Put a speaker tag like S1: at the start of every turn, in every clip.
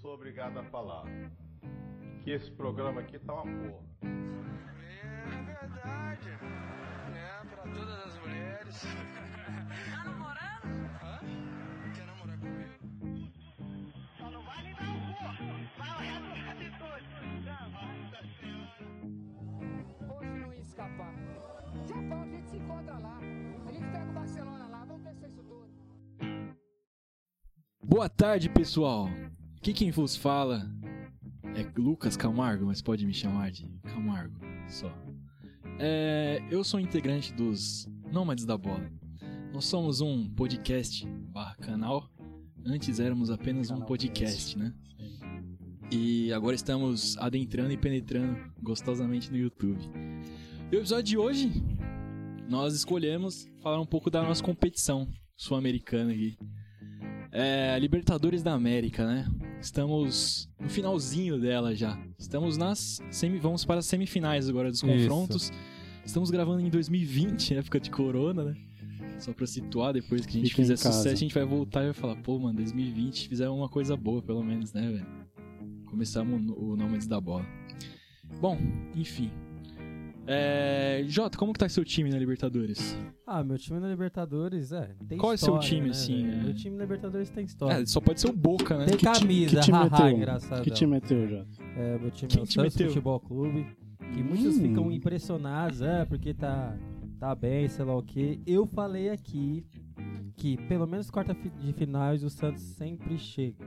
S1: sou obrigado a falar que esse programa aqui tá uma porra.
S2: É verdade. É, pra todas as mulheres.
S3: Tá namorando?
S2: Hã? Quer namorar comigo?
S4: Só não vai me dar o cu. Vai o resto da atitude.
S5: hoje não ia escapar. Japão, a gente se encontra lá. A gente pega o Barcelona lá, vamos vencer isso tudo.
S6: Boa tarde, pessoal. Aqui quem vos fala é Lucas Camargo, mas pode me chamar de Camargo só. É, eu sou integrante dos Nômades da Bola. Nós somos um podcast barra canal. Antes éramos apenas um podcast, né? E agora estamos adentrando e penetrando gostosamente no YouTube. E o episódio de hoje, nós escolhemos falar um pouco da nossa competição sul-americana aqui. É, Libertadores da América, né? Estamos no finalzinho dela já. Estamos nas semi, vamos para as semifinais agora dos
S7: Isso.
S6: confrontos. Estamos gravando em 2020, época de corona, né? Só pra situar, depois que a gente
S7: Fiquem em
S6: fizer
S7: casa.
S6: sucesso, a gente vai voltar e vai falar, pô, mano, 2020 fizeram uma coisa boa, pelo menos, né, velho? Começamos o o Nômades da Bola. Bom, enfim. É... Jota, como que tá seu time na Libertadores?
S7: Ah, meu time na Libertadores, é. Tem
S6: Qual é seu
S7: história,
S6: time,
S7: né,
S6: assim,
S7: velho?
S6: é?
S7: Meu time na Libertadores tem história.
S6: É, só pode ser o Boca, né?
S7: tem
S8: ti-
S7: camisa,
S8: que time é
S7: haha,
S8: teu?
S7: engraçado.
S8: Que time é teu, Jota?
S7: É, meu time
S6: Quem
S7: é o
S6: te
S7: Santos
S6: meteu?
S7: Futebol Clube. Que muitos
S8: Hum.
S7: ficam impressionados, é, porque tá, tá bem, sei lá o quê. Eu falei aqui que pelo menos quarta fi- de finais o Santos sempre chega.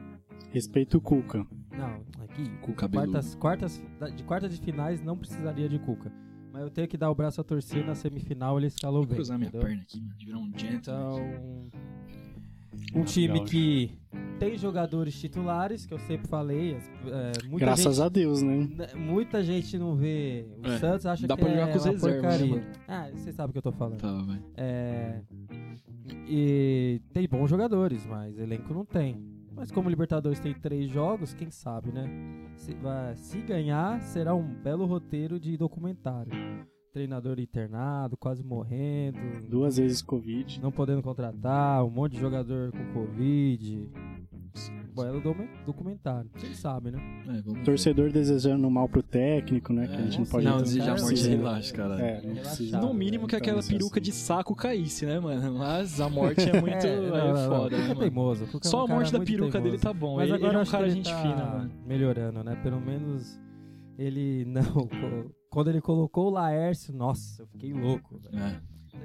S8: Respeito o Cuca.
S7: Não, aqui.
S6: Cuca Beludo.
S7: Quartas, quartas, de quartas de finais não precisaria de Cuca. Mas eu tenho que dar o braço a torcer na semifinal, ele escalou
S6: Vou
S7: bem.
S6: cruzar minha
S7: entendeu?
S6: perna aqui, mano. Virar um gentleman.
S7: Então, um time que tem jogadores titulares, que eu sempre falei, as- é, muita
S8: Graças
S7: gente,
S8: a Deus, né?
S7: n- Muita gente não vê o
S6: É,
S7: Santos, acha
S6: dá
S7: que
S6: pra
S7: é
S6: jogar com os
S7: uma
S6: reservas, né,
S7: porcaria.
S6: mano?
S7: ah, você sabe o que eu tô falando.
S6: Tá, vai.
S7: É, e tem bons jogadores, mas elenco não tem. Mas como o Libertadores tem três jogos, quem sabe, né? Se, vai- se ganhar, será um belo roteiro de documentário. Treinador internado, quase morrendo,
S8: Duas vezes Covid.
S7: não podendo contratar, um monte de jogador com Covid. Belo docu- documentário, quem sabe, né?
S6: É, vamos ver.
S8: Torcedor desejando mal pro técnico, né? Que a
S6: É.
S8: gente não pode
S6: Não,
S8: entrar
S6: desejar
S8: nesse
S6: morte,
S8: assunto.
S6: relaxa, cara.
S8: É, não precisa.
S7: Relaxado,
S6: No mínimo que
S8: Então,
S6: aquela
S7: é
S8: nesse
S6: peruca de saco caísse, né, mano? Mas a morte é muito
S7: assim. É,
S6: aí
S7: não,
S6: é
S7: não, não,
S6: foda,
S7: Cuca
S6: né,
S7: é
S6: mano?
S7: teimoso, Cuca é um
S6: Só a
S7: cara
S6: morte da
S7: muito
S6: peruca
S7: teimoso.
S6: dele tá bom.
S7: Mas
S6: ele,
S7: agora
S6: ele é um
S7: acho que
S6: cara
S7: ele
S6: gente
S7: tá
S6: fina, mano.
S7: Melhorando, né? Pelo menos ele não. co- Quando ele colocou o Laércio, nossa, eu fiquei louco, velho.
S6: É.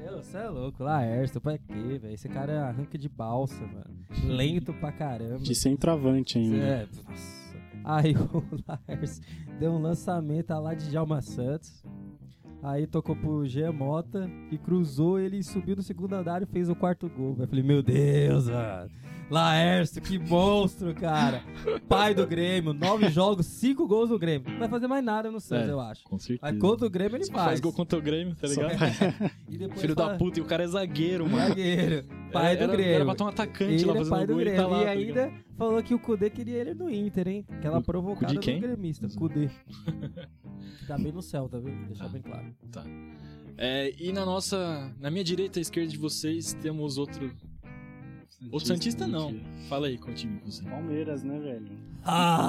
S7: Eu, Você é louco, Laércio, pra quê, velho? Esse cara é arranca de balsa, mano. Lento pra caramba.
S8: De centroavante ainda.
S7: É, nossa. Aí o Lars deu um lançamento a lá de Djalma Santos. Aí tocou pro G Mota e cruzou, ele subiu no segundo andar e fez o quarto gol. Eu falei, meu Deus, mano. Laércio, que monstro, cara. Pai do Grêmio, nove jogos, cinco gols no Grêmio. Não vai fazer mais nada no Santos,
S6: É.
S7: eu acho.
S6: Com certeza.
S7: Mas contra o Grêmio ele
S6: Só faz
S7: faz.
S6: gol contra o Grêmio, tá ligado?
S7: E depois
S6: Filho
S7: fala,
S6: da puta, e o cara é zagueiro, mano.
S7: Zagueiro, pai
S6: Era-
S7: do Grêmio.
S6: Era bater um atacante
S7: Ele
S6: lá
S7: é
S6: fazendo
S7: pai do
S6: gol
S7: Grêmio.
S6: e tá lá.
S7: e
S6: tá ligado?
S7: ainda falou que o Kudê queria ele no Inter, hein? Aquela
S6: Cu-
S7: provocada
S6: Cudê quem?
S7: do gremista. Kudê. Que tá bem no céu, tá vendo? Deixar
S6: Ah.
S7: bem claro.
S6: É, e na nossa. Na minha direita e esquerda de vocês temos outro. O Santista não.
S8: mentira.
S6: Fala aí qual time que você. é?
S8: Palmeiras, né, velho?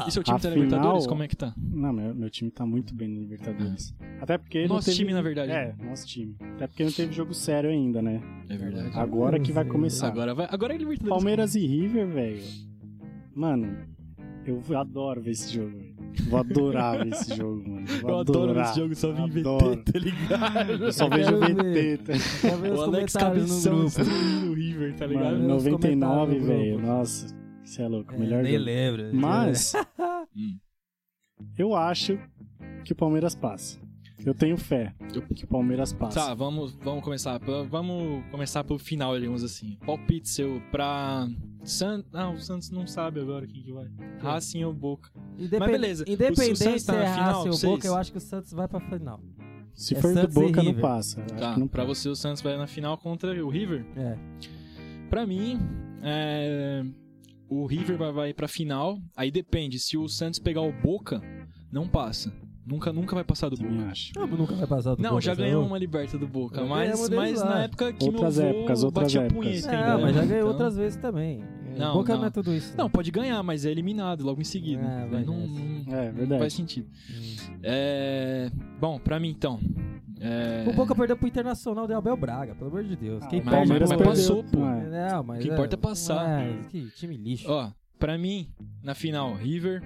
S6: E seu time tá na
S8: Afinal-
S6: Libertadores? Como é que tá?
S8: Não, meu, meu time tá muito bem no Libertadores. Até porque. não
S6: Nosso
S8: teve-
S6: time, né, na verdade.
S8: É, nosso time. Até porque não teve jogo sério ainda, né?
S6: É
S7: Ah,
S6: verdade.
S8: Agora que vai
S7: tá.
S8: começar.
S6: Agora vai. Agora é Libertadores.
S8: Palmeiras e River, velho. Mano, eu adoro ver esse jogo, velho. Vou adorar ver esse jogo, mano. Vou
S6: Eu adoro
S8: adorar.
S6: esse jogo, só vim VT,
S8: Adoro.
S6: tá ligado?
S8: Eu só
S7: Eu
S8: vejo
S7: quero
S8: o VT. tá?
S7: Quer ver
S6: O
S7: os
S6: Alex
S7: comentários no
S6: Cabeção
S7: grupo?
S6: destruindo o River, tá ligado?
S8: Mano,
S7: Nos comentários
S8: 99,
S7: do
S8: velho.
S7: grupo.
S8: Nossa, você é louco.
S7: É,
S8: melhor
S7: nem É.
S8: jogo.
S7: lembra.
S8: Mas,
S6: Hum.
S8: eu acho que o Palmeiras passa. Eu tenho fé que o Palmeiras passa.
S6: Tá, vamos, vamos começar. P- Vamos começar pelo final, digamos assim. Palpite seu pra. San... Ah, o Santos não sabe agora quem que vai. Racing ou Boca.
S7: Independ...
S6: Mas beleza, o- o
S7: Independente
S6: Santos
S7: se
S6: tá na
S7: é
S6: final,
S7: Racing ou
S6: vocês?
S7: Boca, eu acho que o Santos vai pra final.
S8: Se
S7: é
S8: for do
S7: Santos e
S8: Boca, não
S7: River.
S8: passa. Acho
S6: Tá,
S8: que não
S6: pra você o Santos vai na final contra o River?
S7: É.
S6: Pra mim, é, o River vai, vai pra final. Aí depende, se o Santos pegar o Boca, não passa. Nunca, nunca vai passar do
S8: Também
S6: Boca.
S8: acho.
S7: Não, nunca vai passar do
S6: Não,
S7: Boca,
S6: já
S7: você
S6: ganhou
S7: não?
S6: uma liberta do Boca,
S7: Já
S6: mas,
S7: ganhamos desde
S6: mas
S7: lá.
S6: na época que
S8: Outras
S6: meu avô
S8: épocas, outras
S6: batia
S8: épocas.
S6: punheta.
S7: É,
S6: ainda,
S7: mas já
S6: né?
S7: ganhou
S6: Então-
S7: outras vezes também.
S6: Não,
S7: Boca
S6: não.
S7: não é tudo isso.
S6: Não, pode ganhar, mas é eliminado logo em seguida.
S7: É,
S6: Daí
S7: vai
S6: não,
S7: nessa.
S6: não-
S8: É,
S6: não
S8: verdade.
S6: faz sentido. É, Bom, pra mim então. é,
S7: O Boca perdeu pro Internacional de Abel Braga, pelo amor de Deus.
S8: Ah,
S7: Quem
S8: mas-
S7: perde
S6: mas
S7: pro-
S6: passou, pô.
S8: Ah,
S7: Não, mas
S6: O que importa é passar.
S7: Ah, que time lixo.
S6: Ó, pra mim, na final, River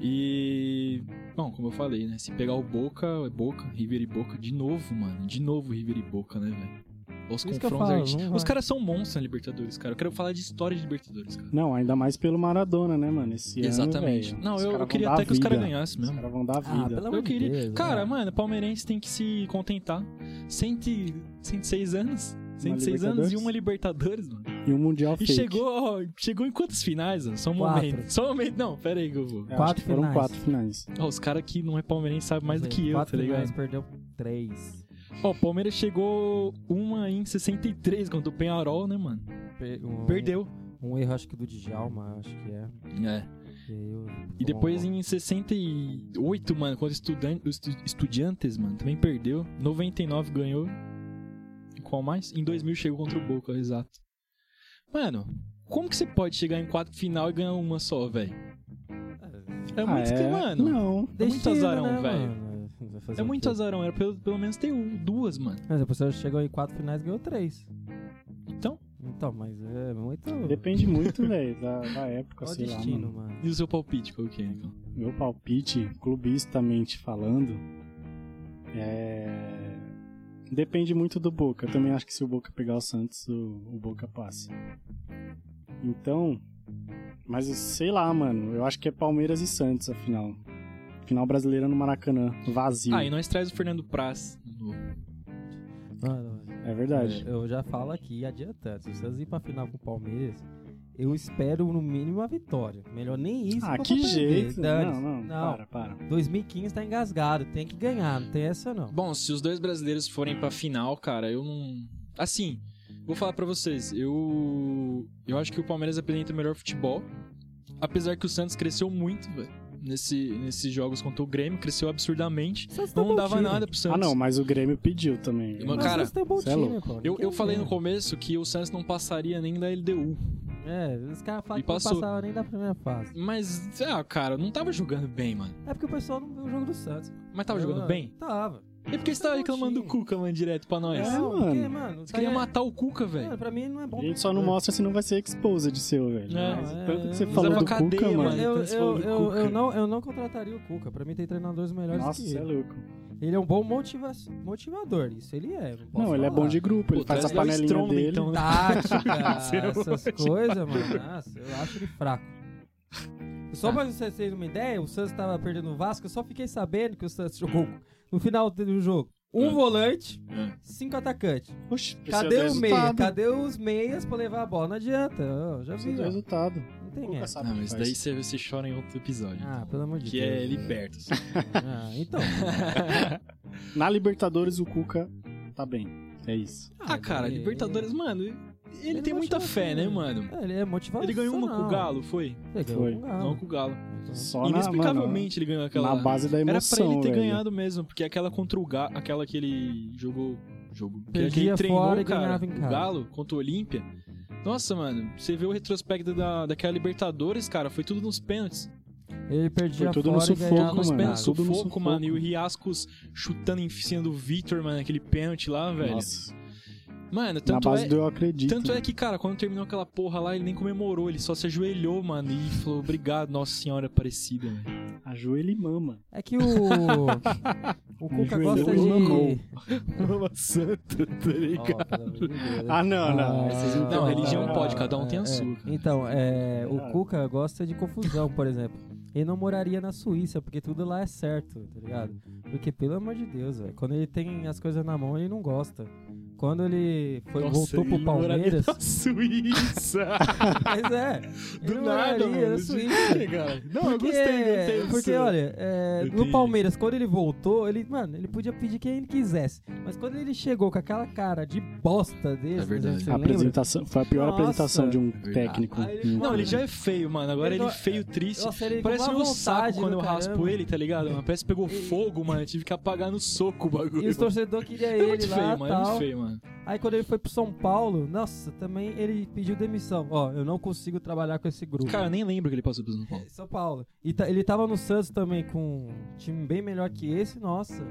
S6: e. Bom, como eu falei, né? Se pegar o Boca, é Boca, River e Boca de novo, mano. De novo River e Boca, né, velho? Os
S7: Por isso que eu
S6: confrontos
S7: falo,
S6: arti-
S7: não vai.
S6: Os caras são monstros na Libertadores, cara. Eu quero falar de história de Libertadores, cara.
S8: Não, ainda mais pelo Maradona, né, mano? Esse
S6: Exatamente.
S8: ano, velho.
S6: Não,
S8: Os
S6: eu-
S8: caras
S6: eu
S8: vão
S6: queria
S8: dar
S6: até que os
S8: vida.
S6: caras ganhassem mesmo.
S8: Os caras vão dar
S7: Ah,
S8: vida.
S7: pelo amor
S6: Eu
S7: de
S6: queria.
S7: Deus,
S6: cara,
S7: ah.
S6: mano, palmeirense tem que se contentar. Cento... e- 106 anos? 106 anos
S8: Libertadores?
S6: e uma Libertadores, mano.
S8: E o Mundial
S6: E
S8: fake.
S6: chegou, ó, chegou em quantas finais? ó? Só um
S7: Quatro.
S6: momento. Só um momento. Não, pera aí que eu vou.
S8: É, acho
S7: Quatro
S8: que foram
S7: finais.
S8: quatro finais.
S6: Ó, os caras que não é palmeirense sabem mais do que eu, tá
S7: Quatro
S6: ligado?
S7: finais, perdeu três.
S6: Ó, o Palmeiras chegou uma em 63 contra o Penharol, né, mano?
S7: Per- um-
S6: Perdeu.
S7: Um erro, acho que do Djalma, acho que é.
S6: É.
S7: E, aí eu-
S6: E depois
S7: Bom,
S6: em 68, mano, contra estudan- os estu- estudiantes, mano, também perdeu. 99 ganhou. E Qual mais? Em 2000 chegou contra o Boca, exato. Mano, como que você pode chegar em quatro final e ganhar uma só, velho? É muito
S8: ah,
S6: que,
S8: é?
S6: mano.
S8: Não.
S6: É muito
S7: destino,
S6: azarão,
S7: né,
S6: velho.
S7: mano? Vai fazer
S6: É
S7: o
S6: muito
S7: quê?
S6: azarão, era pelo, pelo menos ter um, duas, mano.
S7: Mas a pessoa chegou em quatro finais e ganhou três.
S6: Então,
S7: Então, mas é muito.
S8: Depende muito, velho, da, da época,
S7: Qual o
S8: sei assim lá,
S7: destino,
S8: mano.
S7: mano.
S6: e o seu palpite, qual que é, então?
S8: Meu palpite, clubistamente falando, é... Depende muito do Boca. Eu também acho que se o Boca pegar o Santos, o, o Boca passa. Então, mas sei lá, mano. Eu acho que é Palmeiras e Santos, afinal. Final brasileira no Maracanã, vazio.
S6: Ah, e nós traz o Fernando Praz. de novo.
S7: Mano,
S8: É verdade.
S7: Eu já falo aqui, adiantando. Se vocês irem pra final com o Palmeiras, eu espero no mínimo a vitória. Melhor nem isso.
S8: Ah,
S7: pra
S8: que
S7: perder,
S8: jeito.
S7: dane-se.
S8: Não, não,
S7: Não,
S8: Para, para. Ah,
S7: 2015 tá engasgado, tem que ganhar, não tem essa não.
S6: Bom, se os dois brasileiros forem pra final, cara, eu não. Assim, vou falar pra vocês. Eu. Eu acho que o Palmeiras apresenta o melhor futebol. Apesar que o Santos cresceu muito, velho. Nesse, nesses jogos contra o Grêmio, cresceu absurdamente.
S7: Santos tem
S6: Não
S7: bom
S6: dava
S7: time.
S6: nada pro Santos.
S8: Ah, não, mas o Grêmio pediu também.
S6: Mas,
S7: Mas
S6: cara,
S7: Santos tem um bom
S8: cê é
S7: time,
S8: louco.
S7: pô.
S6: Eu, eu
S7: Ninguém-
S6: falei no começo que o Santos não passaria nem da LDU.
S7: É, os caras falam
S6: E
S7: que não
S6: passou.
S7: passaram nem da primeira fase.
S6: Mas, ah, cara, não tava jogando bem, mano.
S7: É porque o pessoal não viu o jogo do Santos.
S6: Mas tava jogando
S8: Ah.
S7: Eu-
S6: bem?
S7: Tava.
S6: É porque você tava reclamando do Cuca, mano, direto pra nós.
S8: É,
S7: Não,
S8: mano.
S7: porque, mano,
S6: Você
S7: tá
S6: queria
S7: aí-
S6: matar o Cuca,
S7: Mano,
S6: velho.
S7: pra mim não é bom.
S8: A gente só não mostra se não vai ser exposed seu, velho.
S6: Não,
S8: Mas o
S7: é,
S8: tanto que você
S7: é.
S8: falou
S6: Mas é
S8: do
S6: uma cadeia,
S8: Cuca,
S6: mano.
S8: mano.
S7: Eu,
S8: tanto que você falou
S7: eu,
S8: do
S7: eu,
S8: Cuca.
S7: eu não, eu não contrataria o Cuca. Pra mim tem treinadores melhores
S8: Nossa,
S7: que
S8: você é
S7: ele.
S8: louco.
S7: Ele é um bom motiva motivador, isso ele é. Não, posso
S8: Não, ele é
S7: falar.
S8: bom de grupo, ele
S6: Pô,
S8: faz a
S6: traz lá é o
S8: panelinha
S6: Stronda,
S8: dele.
S6: então, né? Você é
S7: Tática,
S6: bom
S7: essas coisas, mano. Nossa, eu acho ele fraco. Só um pra vocês terem uma ideia, o Santos tava perdendo o Vasco, eu só fiquei sabendo que o Santos jogou no final do jogo. Um
S6: Ah.
S7: volante,
S6: Ah.
S7: cinco atacantes.
S8: Oxe, precisa
S7: Cadê
S8: do
S7: o meia?
S8: é resultado.
S7: Cadê os meias pra levar a bola? Não adianta, eu já
S8: Precisa
S7: vi.
S8: do
S7: ó.
S8: resultado.
S7: Não
S8: O
S7: tem
S8: Cuca
S7: essa.
S8: sabe
S6: Não,
S8: o que
S6: mas
S8: faz.
S6: daí você, você chora em outro episódio.
S7: Ah,
S6: então.
S7: pelo amor de
S6: que
S7: Deus. né?
S6: é liberto.
S7: Ah, então.
S8: Na Libertadores, o Cuca tá bem. É isso.
S6: Ah, cara,
S7: ele-
S6: Libertadores, mano, ele, tem
S7: é
S6: muita
S7: motivacional.
S6: fé, né, mano?
S7: É, ele é motivado.
S6: Ele ganhou uma com o Galo, foi?
S7: Ele ganhou
S8: Foi.
S7: com o
S6: Não
S7: Galo. Então,
S6: com o Galo.
S8: Só na, mano,
S6: Inexplicavelmente ele ganhou aquela.
S8: na base da
S6: Era pra
S8: emoção,
S6: ele ter
S8: velho.
S6: ganhado mesmo, porque aquela contra o Galo, aquela que ele jogou. Jogo. que- Que
S7: Perdia
S6: ele treinou,
S7: fora e
S6: cara,
S7: ganhava em
S6: o
S7: casa.
S6: Galo contra o Olímpia. Nossa, mano, você vê o retrospecto da, daquela Libertadores, cara, foi tudo nos pênaltis.
S7: Ele perdia
S8: Foi tudo no
S7: fora e
S8: sufoco,
S7: ganhava
S8: mano.
S6: nos
S7: nada.
S6: pênaltis,
S8: tudo no
S6: sufoco,
S8: sufoco.
S6: mano. E o Riascos chutando em cima do Vitor, mano, aquele pênalti lá, velho.
S8: Nossa,
S6: Mano,
S8: na
S6: tanto
S8: base
S6: é,
S8: do Eu Acredito.
S6: tanto é que, cara, quando terminou aquela porra lá, ele nem comemorou, ele só se ajoelhou, mano, e falou, obrigado, Nossa Senhora Aparecida, velho.
S8: Ajoelha e mama.
S7: É que o. o Cuca
S8: Joelho
S7: gosta
S8: no
S7: de.
S8: gol.
S6: Mama Santa, tá ligado?
S7: Ó, pelo amor de Deus.
S8: Ah, não, não.
S7: Ah,
S8: Vocês não,
S6: Não,
S8: tão-
S6: religião
S8: não,
S6: pode, cada um tem a
S7: é.
S6: sua, cara.
S7: Então, é, o
S8: Ah.
S7: Cuca gosta de confusão, por exemplo. Ele não moraria na Suíça, porque tudo lá é certo, tá ligado? Porque, pelo amor de Deus, velho. Quando ele tem as coisas na mão, ele não gosta. Quando ele foi, voltou pro Palmeiras.
S6: Suíça.
S7: Mas é.
S6: Do nada,
S7: ele moraria
S6: mano.
S7: na
S6: Isso
S7: Suíça.
S6: é, cara. Não, eu
S7: Porque,
S6: gostei, gostei disso.
S7: porque olha, é, no
S6: Entendi.
S7: Palmeiras, quando ele voltou, ele, mano, ele podia pedir quem ele quisesse. Mas quando ele chegou com aquela cara de bosta dele,
S6: É verdade.
S7: você
S8: A
S7: lembra?
S8: apresentação, foi a pior
S7: Nossa.
S8: apresentação de um
S6: verdade.
S8: técnico.
S7: Ah, ele-
S8: em um
S6: Não, ele
S8: clube.
S6: já é feio, mano. Agora
S7: Ele
S6: ele
S7: não-
S6: feio, triste.
S7: Nossa, ele
S6: Parece
S7: com uma
S6: meu saco
S7: vontade
S6: quando
S7: do
S6: eu raspo
S7: caramba.
S6: ele, tá ligado? mano? Parece que pegou
S7: E-
S6: fogo, mano. Eu tive que apagar no soco o
S7: E
S6: bagulho.
S7: os torcedores queriam
S6: Ele é
S7: ele
S6: muito
S7: lá
S6: feio, mano. É
S7: tal.
S6: muito feio, mano.
S7: Aí quando ele foi pro São Paulo, nossa, também ele pediu demissão. Ó, eu não consigo trabalhar com esse grupo.
S6: Cara, eu nem lembro que ele passou pelo São Paulo.
S7: São Paulo. E ta- ele tava no Santos também com um time bem melhor que esse, nossa.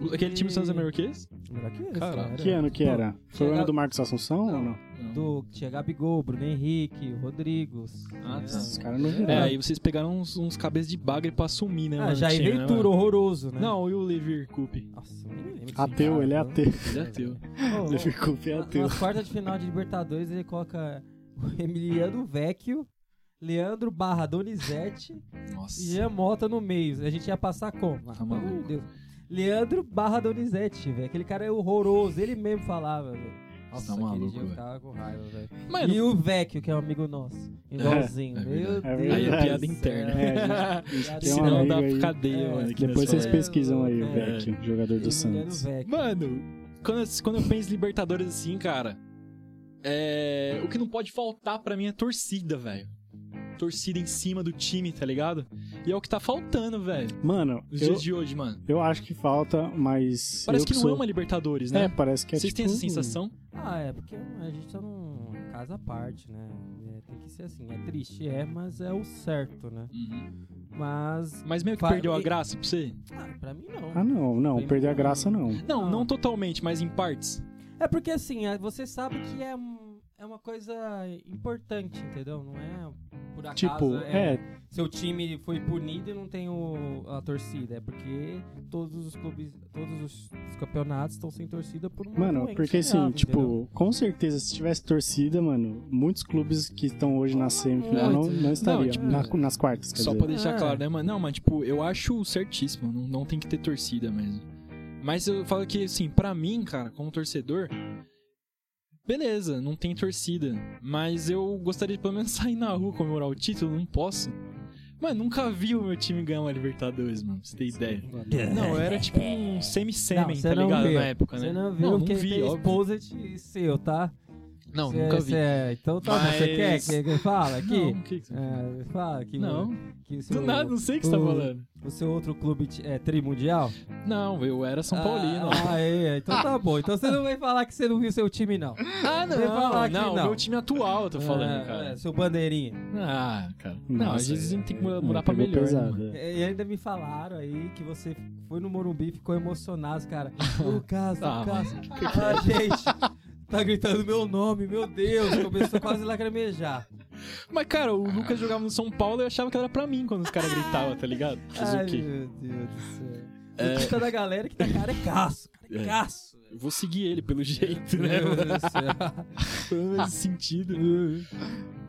S6: O- Aquele time do Santos é melhor que esse?
S7: Melhor que esse, né?
S6: Caraca.
S7: cara.
S8: Que ano que era? Foi o
S7: Chega-
S8: ano do Marcos Assunção ou não?
S7: Do tinha Gabigol, Bruno Henrique, Rodrigos.
S6: Ah, tá.
S8: Esses caras não
S6: É,
S8: viraram.
S6: aí vocês pegaram uns, uns cabeças de bagre pra sumir, né,
S7: Ah,
S6: mano?
S7: Jair
S6: time, né,
S7: Ventura,
S6: mano?
S7: horroroso, né?
S6: Não, e o Levir Coupe?
S7: Nossa, nem lembro. desse
S8: Ateu,
S7: cara,
S8: ele é
S7: mano.
S8: ateu.
S6: Ele é ateu.
S7: Ô,
S8: Ele ficou bem
S7: Na-
S8: ateu.
S7: Nas quartas de final de Libertadores, ele coloca o Emiliano Vecchio, Leandro Barra Donizete
S6: Nossa.
S7: e Jean Mota no meio. A gente ia passar como? Ah,
S6: Tá
S7: pelo amor de
S6: maluco.
S7: Deus. Leandro Barra Donizete, velho. Aquele cara é horroroso, ele mesmo falava, velho. Nossa,
S6: Tá
S7: aquele
S6: maluco,
S7: dia eu
S6: velho.
S7: tava com raiva, velho.
S6: Mano,
S7: E o Vecchio, que é um amigo nosso. Igualzinho.
S6: É, é
S7: Meu Deus.
S8: verdade.
S6: aí é
S8: Verdade.
S6: piada interna.
S8: É,
S7: Piada
S8: tem
S6: Se
S8: um
S6: não
S8: amigo
S6: dá
S8: aí.
S6: cadeia,
S7: É,
S6: mano. aqui
S8: Depois
S6: nessa
S8: vocês
S6: hora.
S8: pesquisam aí o
S7: É.
S8: Vecchio, jogador do
S7: Emiliano
S8: Santos.
S7: Vecchio.
S6: Mano, quando eu, quando eu penso em Libertadores assim, cara, é, o que não pode faltar pra mim é torcida, velho. Torcida em cima do time, tá ligado? E é o que tá faltando, velho.
S8: Mano,
S6: Nos
S8: eu,
S6: dias de hoje, mano.
S8: eu acho que falta, mas.
S6: Parece
S8: eu
S6: que não
S8: sou-
S6: é uma Libertadores, né?
S8: É, parece que é
S6: Vocês têm
S8: tipo
S6: essa
S8: um-
S6: sensação?
S7: Ah, é porque a gente tá num caso à parte, né? É, tem que ser assim. É triste, é, mas é o certo, né?
S6: Uhum.
S7: Mas.
S6: Mas meio que
S7: Vai-
S6: perdeu a
S7: e-
S6: graça pra você?
S7: Ah, pra mim não.
S8: Ah, não, não,
S7: Tem-
S8: perder a graça não.
S6: Não,
S7: Ah.
S6: não totalmente, mas em partes.
S7: É porque assim, é- você sabe que é, um- é uma coisa importante, entendeu? Não é por acaso.
S8: Tipo, é,
S7: Seu time foi punido e não tem o- a torcida. É porque todos os clubes, todos os, os campeonatos estão sem torcida por uma
S8: Mano,
S6: é
S7: doença
S8: porque assim,
S7: grave,
S8: tipo,
S7: entendeu?
S8: com certeza, se tivesse torcida, mano, muitos clubes que estão hoje na semifinal não,
S7: Muito.
S8: não estariam.
S6: Não, tipo,
S8: na- nas quartas, quer
S6: Só
S8: dizer.
S6: pra deixar
S7: É.
S6: claro, né, mano? Não, mas tipo, eu acho certíssimo, não, não tem que ter torcida mesmo. Mas eu falo que, assim, pra mim, cara, como torcedor, beleza, não tem torcida. Mas eu gostaria de pelo menos sair na rua comemorar o título, não posso. Mano, nunca vi o meu time ganhar uma Libertadores, mano, pra você ter ideia. Não, eu era tipo um
S7: É. Não,
S6: semi-sêmen,
S7: você
S6: tá
S7: não
S6: ligado?
S7: vê.
S6: Na época, né?
S7: Você não viu
S6: não,
S7: que
S6: vi,
S7: tem
S6: óbvio.
S7: exposed seu, tá?
S6: Não,
S7: Cê-
S6: nunca vi.
S7: cê- então tá, bom, você quer
S6: Mas-
S7: que que fala aqui?
S6: Não, o que que você- tá
S7: É, fala que,
S6: não,
S7: que o, seu,
S6: do nada, não sei o que você tá
S7: o-
S6: falando.
S7: o seu outro clube ti- é trimundial?
S6: Não, eu era São Paulino.
S7: Ah, ah, é, então tá bom. Então você não vai falar que você não viu seu time, não.
S6: Ah, não,
S7: Vem falar aqui,
S6: não,
S7: não.
S6: meu time atual, eu tô falando,
S7: É,
S6: cara.
S7: é, seu bandeirinha.
S6: Ah, cara. não,
S8: Nossa,
S6: às vezes a gente tem que mudar,
S8: é,
S6: mudar pra
S8: pegou
S6: melhor.
S8: pesado,
S6: né, mano?
S8: é.
S7: E ainda me falaram aí que você foi no Morumbi e ficou emocionado, cara. Lucas,
S6: Ah,
S7: Lucas. Ah, gente, tá gritando meu nome, meu Deus. Começou quase a lacrimejar.
S6: Mas, cara, o Lucas jogava no São Paulo e eu achava que era pra mim quando os caras gritavam, tá ligado? Fazer
S7: Ai,
S6: o quê?
S7: meu Deus do céu.
S6: É.
S7: O Tita da galera que tá carecaço, carecaço.
S6: Eu vou seguir ele pelo jeito, né?
S7: Meu Deus do céu.
S6: Pelo menos nesse sentido.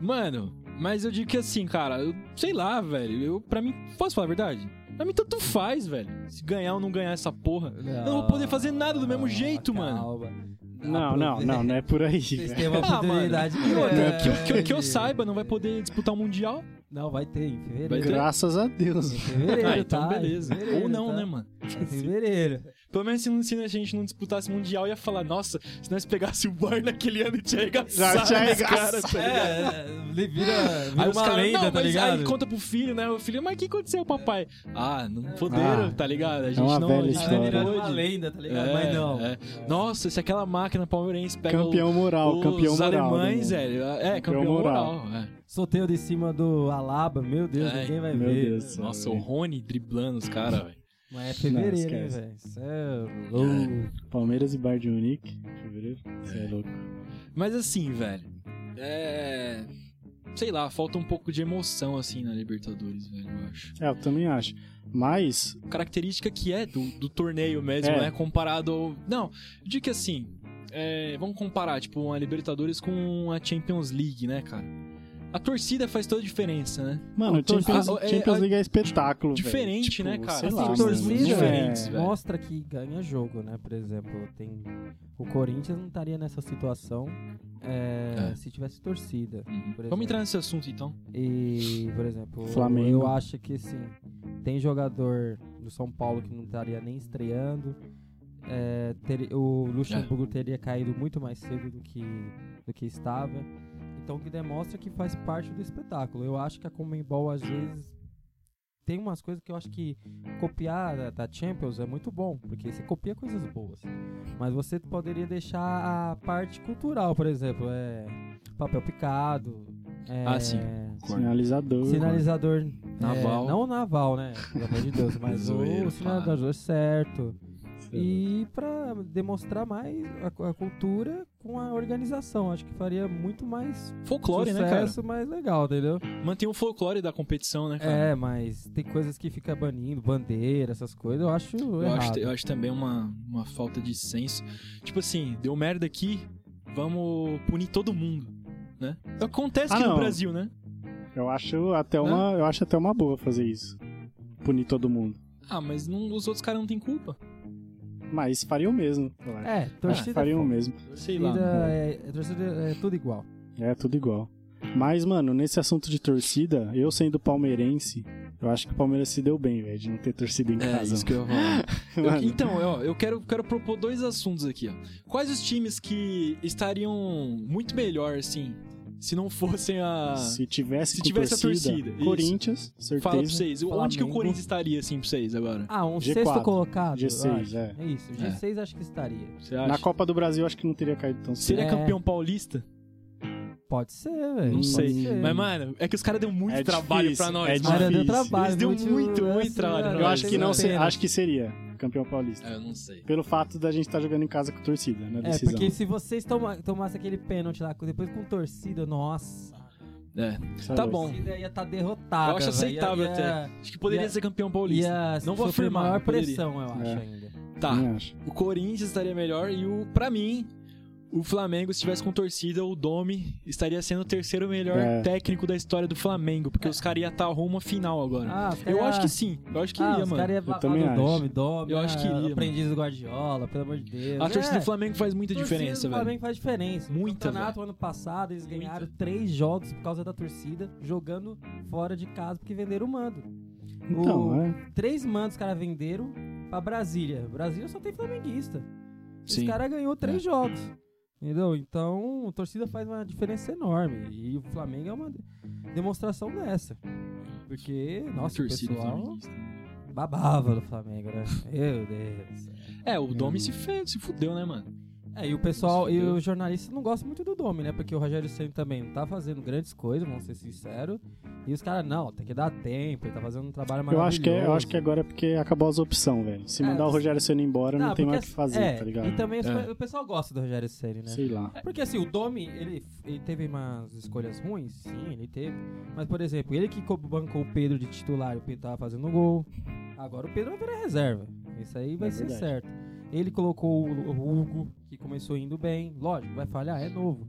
S6: Mano, mas eu digo que assim, cara, eu sei lá, velho. Eu, pra mim, posso falar a verdade? Pra mim, tanto faz, velho. Se ganhar ou não ganhar essa porra. Eu não vou poder fazer nada do mesmo jeito, mano.
S7: mano.
S8: Não, não, não, não é por aí,
S7: Vocês
S8: velho.
S7: têm uma
S6: Ah, mano.
S7: oportunidade.
S6: E outra,
S7: grande.
S6: que, eu- que eu- que eu saiba, não vai poder disputar o Mundial.
S7: Não, vai ter em fevereiro.
S6: Vai ter?
S8: Graças a Deus.
S7: Em
S8: velho.
S7: fevereiro,
S6: Ah, então
S7: tá? Em
S6: beleza.
S7: fevereiro,
S6: Ou não,
S7: tá?
S6: né, mano?
S7: Em fevereiro.
S6: Pelo menos se, não- se a gente não disputasse Mundial, ia falar, nossa, se nós pegasse o Bayern naquele ano, tinha
S8: Já
S6: arregaçado
S8: tinha
S6: os caras, tá ligado?
S7: É, ele vira, vira
S6: Aí os
S7: uma
S6: caras,
S7: lenda,
S6: não,
S7: tá
S6: mas
S7: ligado?
S6: aí conta pro filho, né? O filho, mas o que aconteceu, papai? Ah, não poderam,
S8: Ah,
S6: tá ligado? A gente
S8: uma
S6: não,
S8: velha
S6: a gente
S7: Aí
S8: história.
S7: vai
S6: não
S7: virar uma
S6: pôde.
S7: lenda, tá ligado?
S6: É,
S7: Mas não.
S6: é. Nossa, se aquela máquina palmeirense pega o-
S8: Campeão moral,
S6: os
S8: campeão moral.
S6: alemães,
S8: né,
S6: velho. É,
S8: Campeão
S6: campeão moral. é.
S7: Solteiro de cima do Alaba, meu Deus,
S6: Ai,
S7: ninguém vai
S8: meu
S7: ver.
S8: Deus.
S6: é, Nossa, o Rony driblando os caras, velho.
S7: Mas é fevereiro, hein,
S8: esquece.
S7: velho? Cê é louco.
S8: velho? Palmeiras e Bayern de Munique. Fevereiro. Você é louco.
S6: Mas assim, velho. É. Sei lá, falta um pouco de emoção, assim, na Libertadores, velho, eu acho.
S8: É, eu também acho. Mas,
S6: Característica que é do, do torneio mesmo,
S8: É.
S6: né? Comparado ao. Não, digo que assim. é, vamos comparar, tipo, a Libertadores com a Champions League, né, cara? A torcida faz toda a diferença, né?
S8: mano,
S7: Não, torcida-
S8: Champions,
S6: Ah, é-
S8: Champions
S6: é-
S8: League é espetáculo, velho.
S6: Diferente,
S8: Tipo,
S6: né, cara?
S8: Sei
S6: Assim,
S8: lá,
S7: a
S8: mano.
S7: torcida
S8: É,
S6: diferentes, velho.
S7: mostra que ganha jogo, né? Por exemplo, tem o Corinthians não estaria nessa situação é,
S6: É. Uhum.
S7: se tivesse torcida. Por exemplo.
S6: Vamos entrar nesse assunto então.
S7: E, por exemplo,
S8: Flamengo.
S7: eu acho que sim. Tem jogador do São Paulo que não estaria nem estreando. É, ter- o
S6: É.
S7: Luxemburgo teria caído muito mais cedo do que, do que estava. Então, o que demonstra que faz parte do espetáculo. Eu acho que a Comembol, às vezes, tem umas coisas que eu acho que copiar da, da Champions é muito bom, porque você copia coisas boas. Mas você poderia deixar a parte cultural, por exemplo, é papel picado. é,
S6: Ah, sim.
S8: Sinalizador.
S7: Sinalizador
S6: Naval.
S7: é, não o naval, né? Pelo amor de Deus, mas
S6: Zoeira,
S7: o sinalizador é certo. E pra demonstrar mais a, a cultura com a organização. Acho que faria muito mais
S6: Folclore, né, cara?
S7: sucesso, mais legal, entendeu?
S6: Mantém o folclore da competição, né, cara?
S7: É, mas tem coisas que fica banindo, bandeira, essas coisas, eu acho
S6: Eu
S7: errado.
S6: acho, eu acho também uma, uma falta de senso. Tipo assim, deu merda aqui, vamos punir todo mundo, né? Acontece
S8: Ah,
S6: aqui no
S8: não.
S6: Brasil, né?
S8: Eu acho até uma, eu acho até uma boa fazer isso. Punir todo mundo.
S6: Ah, mas não- os outros caras não têm culpa.
S8: Mas fariam mesmo. eu acho.
S7: É, torcida,
S8: fariam
S7: é,
S8: Ah, um mesmo.
S6: Sei lá.
S7: torcida, é, torcida é tudo igual.
S8: É tudo igual. Mas, mano, nesse assunto de torcida, eu sendo palmeirense, eu acho que o Palmeiras se deu bem, velho, de não ter torcida em
S6: É
S8: casa.
S6: isso que eu ia falar. Eu-
S8: Mano,
S6: então, ó, eu quero, quero propor dois assuntos aqui. Ó. Quais os times que estariam muito melhor, assim, se não fossem a.
S8: se tivesse,
S6: se
S8: com
S6: tivesse a
S8: torcida,
S6: torcida, isso.
S8: Corinthians, certeza.
S6: Fala pra vocês. Onde que o
S8: Flamengo.
S6: Corinthians estaria, assim, pra vocês agora?
S7: Ah, um
S8: G4,
S7: sexto colocado? eu
S8: G6,
S7: acho.
S8: é.
S7: É isso, G6 acho que estaria.
S6: Você
S8: Na
S6: acha?
S8: Copa do Brasil, acho que não teria caído tão cedo.
S6: Seria
S7: É.
S6: campeão paulista?
S7: Pode ser, velho.
S6: Não
S7: pode
S6: sei.
S7: ser.
S6: Mas, mano, é que os caras deu muito
S8: É
S6: trabalho
S8: difícil,
S6: pra
S8: é
S6: nós,
S7: Mas
S6: mano.
S8: difícil.
S7: deu trabalho.
S6: Eles deu muito, muito
S7: essa-
S6: trabalho, né?
S8: Eu acho que não,
S6: Pena.
S8: se, acho que seria campeão paulista.
S6: É, eu não sei.
S8: Pelo fato da gente estar jogando em casa com torcida, na
S7: É,
S8: decisão.
S7: porque se vocês toma, tomassem aquele pênalti lá, depois com torcida, nossa.
S6: É.
S8: Sabe?
S6: Tá
S7: A
S6: bom.
S7: torcida ia estar derrotada.
S6: Eu acho
S7: velho.
S6: aceitável
S7: ia,
S6: até. Acho que poderia
S7: ia-
S6: ser campeão
S7: Ia,
S6: paulista.
S7: ia
S6: Não vou
S7: sofrer
S6: afirmar,
S7: maior
S6: poderia.
S7: pressão, eu acho,
S8: É.
S7: ainda.
S6: Tá.
S8: Também acho.
S6: O Corinthians estaria melhor e o para mim, o Flamengo, se tivesse com torcida, o Domi estaria sendo o terceiro melhor
S8: É.
S6: técnico da história do Flamengo, porque os caras iam estar rumo à final agora.
S7: Ah, os
S6: eu
S7: cara-
S6: acho que sim, eu acho que
S7: ah,
S6: iria,
S7: os
S6: mano.
S7: caras iam falar
S8: também
S7: do
S8: acho.
S7: Dome, Dome.
S6: Eu acho que
S7: ah,
S6: iria,
S7: Aprendiz do Guardiola, pelo amor de Deus.
S6: A torcida
S7: É,
S6: do Flamengo faz muita
S7: a torcida
S6: diferença,
S7: do
S6: velho.
S7: Flamengo faz diferença.
S6: Muita,
S7: No campeonato, ano passado, eles ganharam três jogos por causa da torcida, jogando fora de casa, porque venderam o mando.
S8: Então,
S7: O-
S8: é.
S7: Três mandos os caras venderam pra Brasília. Brasília só tem flamenguista. Os caras ganhou três
S6: É.
S7: jogos. Entendeu? Então, a torcida faz uma diferença enorme. E o Flamengo é uma de- demonstração dessa. Porque, nossa,
S6: torcida
S7: o pessoal
S6: flamenguista.
S7: babava do Flamengo, né? Meu Deus.
S6: É, o Domi se, fe... se fudeu, né, mano?
S7: É, e o pessoal, e
S6: Entendeu?
S7: o jornalista não gosta muito do Domi, né? Porque o Rogério Senna também não tá fazendo grandes coisas, vamos ser sinceros. E os caras, não, tem que dar tempo, ele tá fazendo um trabalho
S8: Eu
S7: maravilhoso.
S8: acho, que é- eu acho que agora é porque acabou as opções, velho. Se
S7: É,
S8: mandar o
S7: mas-
S8: Rogério Senna embora, não,
S7: porque
S8: tem mais o que
S7: assim-
S8: fazer,
S7: é,
S8: tá ligado?
S7: E também os-
S6: Ah, É.
S7: o pessoal gosta do Rogério Ceni, né?
S8: Sei lá.
S7: Porque assim, o Domi, ele, ele teve umas escolhas ruins, sim, ele teve. Mas, por exemplo, ele que co- bancou o Pedro de titular e o Pedro tava fazendo um gol. Agora o Pedro vai virar reserva. Isso aí vai
S8: É
S7: ser
S8: verdade.
S7: certo. Ele colocou o o Hugo, que começou indo bem. Lógico, vai falhar, é novo.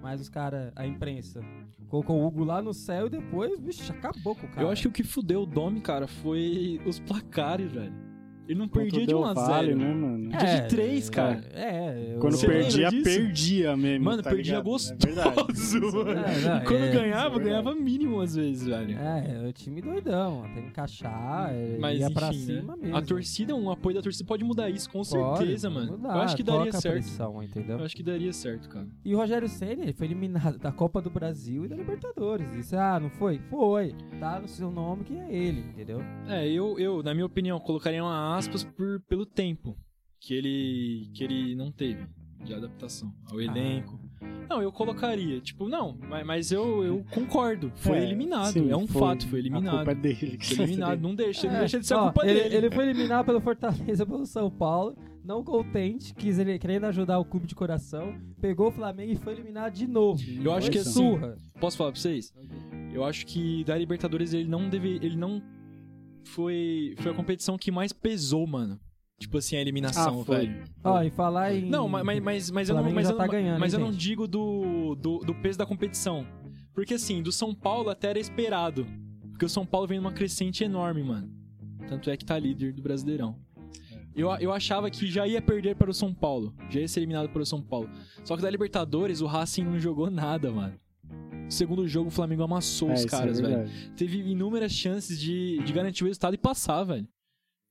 S7: Mas os caras, a imprensa, colocou o Hugo lá no céu e depois, bicho, acabou com o cara.
S6: Eu acho que o que fudeu o Domi, cara, foi os placares, velho. Ele não
S8: Contra
S6: perdia
S8: o
S6: de
S8: Del
S6: 1 a 0
S8: Valle, né, mano?
S6: É, de três, cara.
S7: É, eu-
S8: Quando
S6: Você
S8: perdia,
S6: lembra disso?
S8: perdia mesmo.
S6: Mano,
S8: tá
S6: perdia
S8: ligado?
S6: gostoso,
S8: É verdade.
S6: mano.
S7: É, não,
S6: E quando
S7: é,
S6: ganhava,
S8: isso é
S6: ganhava mínimo às vezes, velho.
S7: É, é o time doidão, até encaixar, é,
S6: Mas
S7: ia
S6: enfim,
S7: pra
S6: né?
S7: cima mesmo.
S6: A torcida, um apoio da torcida pode mudar isso, com
S7: Pode,
S6: certeza,
S7: pode
S6: mano.
S7: mudar,
S6: eu acho que daria
S7: troca a
S6: certo.
S7: pressão, entendeu?
S6: Eu acho que daria certo, cara.
S7: E o Rogério Senna, ele foi eliminado da Copa do Brasil e da Libertadores. Isso, ah, não foi? Foi. Tá no seu nome que é ele, entendeu?
S6: É, eu, eu na minha opinião, colocaria uma aspas por- pelo tempo que ele, que ele não teve de adaptação ao elenco.
S7: Ah.
S6: Não, eu colocaria. Tipo, não, mas, mas eu, eu concordo. Foi
S8: É,
S6: eliminado.
S8: sim,
S6: é um fato, foi eliminado.
S8: A culpa é dele.
S6: Foi eliminado. Não deixa, não
S7: É,
S6: deixa de ser
S7: ó,
S6: a culpa
S7: ele,
S6: dele.
S7: Ele foi eliminado pelo Fortaleza, pelo São Paulo, não contente, quis ele querendo ajudar o clube de coração, pegou o Flamengo e foi eliminado de novo.
S6: Eu acho
S7: Foi
S6: que assim-
S7: surra.
S6: Posso falar pra vocês? Eu acho que da Libertadores ele não deve. Ele não. Foi. Foi a competição que mais pesou, mano. Tipo assim, a eliminação,
S8: Ah, foi.
S6: velho.
S7: Ó, e falar em
S6: Não, mas, mas, mas, mas eu não.
S7: Flamengo
S6: Mas,
S7: já
S6: eu,
S7: tá
S6: não-
S7: ganhando,
S6: mas
S7: hein,
S6: eu não
S7: gente?
S6: digo do, do, do peso da competição. Porque assim, do São Paulo até era esperado. Porque o São Paulo vem numa crescente enorme, mano. Tanto é que tá líder do Brasileirão. Eu, eu achava que já ia perder para o São Paulo. Já ia ser eliminado para o São Paulo. Só que da Libertadores, o Racing não jogou nada, mano. No segundo jogo, o Flamengo amassou
S8: É,
S6: os
S8: isso é
S6: caras, velho.
S8: verdade.
S6: Teve inúmeras chances de, de garantir o resultado e passar, velho.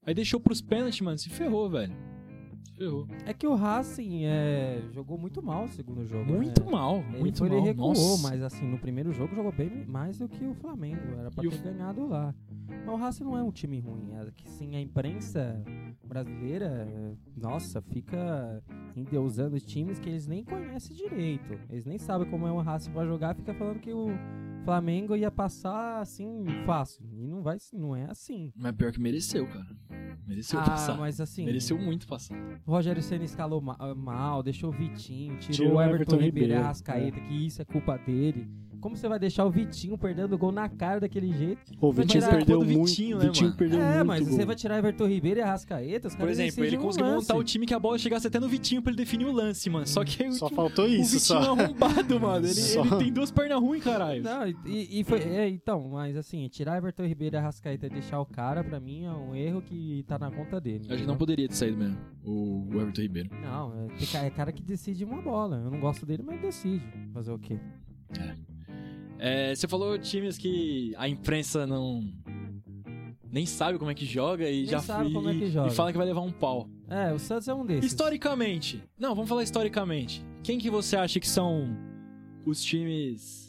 S6: Aí deixou pros pênaltis, mano. Se ferrou, velho. Ferrou.
S7: É que o Racing é, jogou muito mal o segundo jogo.
S6: Muito
S7: né?
S6: mal,
S7: Ele
S6: muito
S7: foi,
S6: mal.
S7: Ele recuou,
S6: Nossa.
S7: mas assim, no primeiro jogo jogou bem mais do que o Flamengo. Era pra
S6: E o
S7: ter
S6: F-
S7: ganhado lá. Mas o Racing não é um time ruim. É que sim, a imprensa brasileira, nossa, fica endeusando times que eles nem conhecem direito. Eles nem sabem como é um Racing pra jogar, fica falando que o Flamengo ia passar assim, fácil. E não, vai, não é assim.
S6: Mas pior que mereceu, cara. Mereceu
S7: ah,
S6: passar. um
S7: mas assim.
S6: Mereceu muito passar.
S7: O Rogério Senna escalou ma- ah, mal, deixou o Vitinho, tirou,
S8: Tirou
S7: o Everton,
S8: Everton
S7: Ribeiro,
S8: Ribeiro,
S7: Arrascaeta, que isso é culpa dele. Como você vai deixar o Vitinho perdendo o gol na cara daquele jeito?
S8: Pô, o Vitinho
S7: tirar a
S8: perdeu
S6: culpa do
S8: muito.
S6: Vitinho,
S8: Vitinho,
S6: né, mano?
S8: perdeu
S7: é,
S8: muito.
S7: mas
S8: gol.
S7: você vai tirar Everton Ribeiro e Arrascaeta, os
S6: Por
S7: caras
S6: exemplo,
S7: decidem
S6: ele
S7: um
S6: conseguiu
S7: lance.
S6: montar o time que a bola chegasse até no Vitinho pra ele definir o lance, mano. Só que aí o,
S8: Só
S6: o
S8: faltou isso,
S6: Vitinho é
S8: só.
S6: arrombado, mano. Ele,
S8: Só.
S6: ele tem duas pernas ruins, caralho.
S7: Não, e, e foi. é, então, mas assim, tirar Everton Ribeiro e Arrascaeta e deixar o cara, pra mim, é um erro que tá na conta dele.
S6: Acho que não poderia ter saído mesmo, o o Everton Ribeiro.
S7: Não, é, que ca- é cara que decide uma bola. Eu não gosto dele, mas decide. Fazer o quê?
S6: É, você falou times que a imprensa não. Nem sabe como é que joga e
S7: Nem
S6: já
S7: sabe
S6: e-
S7: como é que
S6: e-
S7: joga.
S6: e fala que vai levar um pau.
S7: É, o Santos é um desses.
S6: Historicamente, não, vamos falar historicamente. Quem que você acha que são os times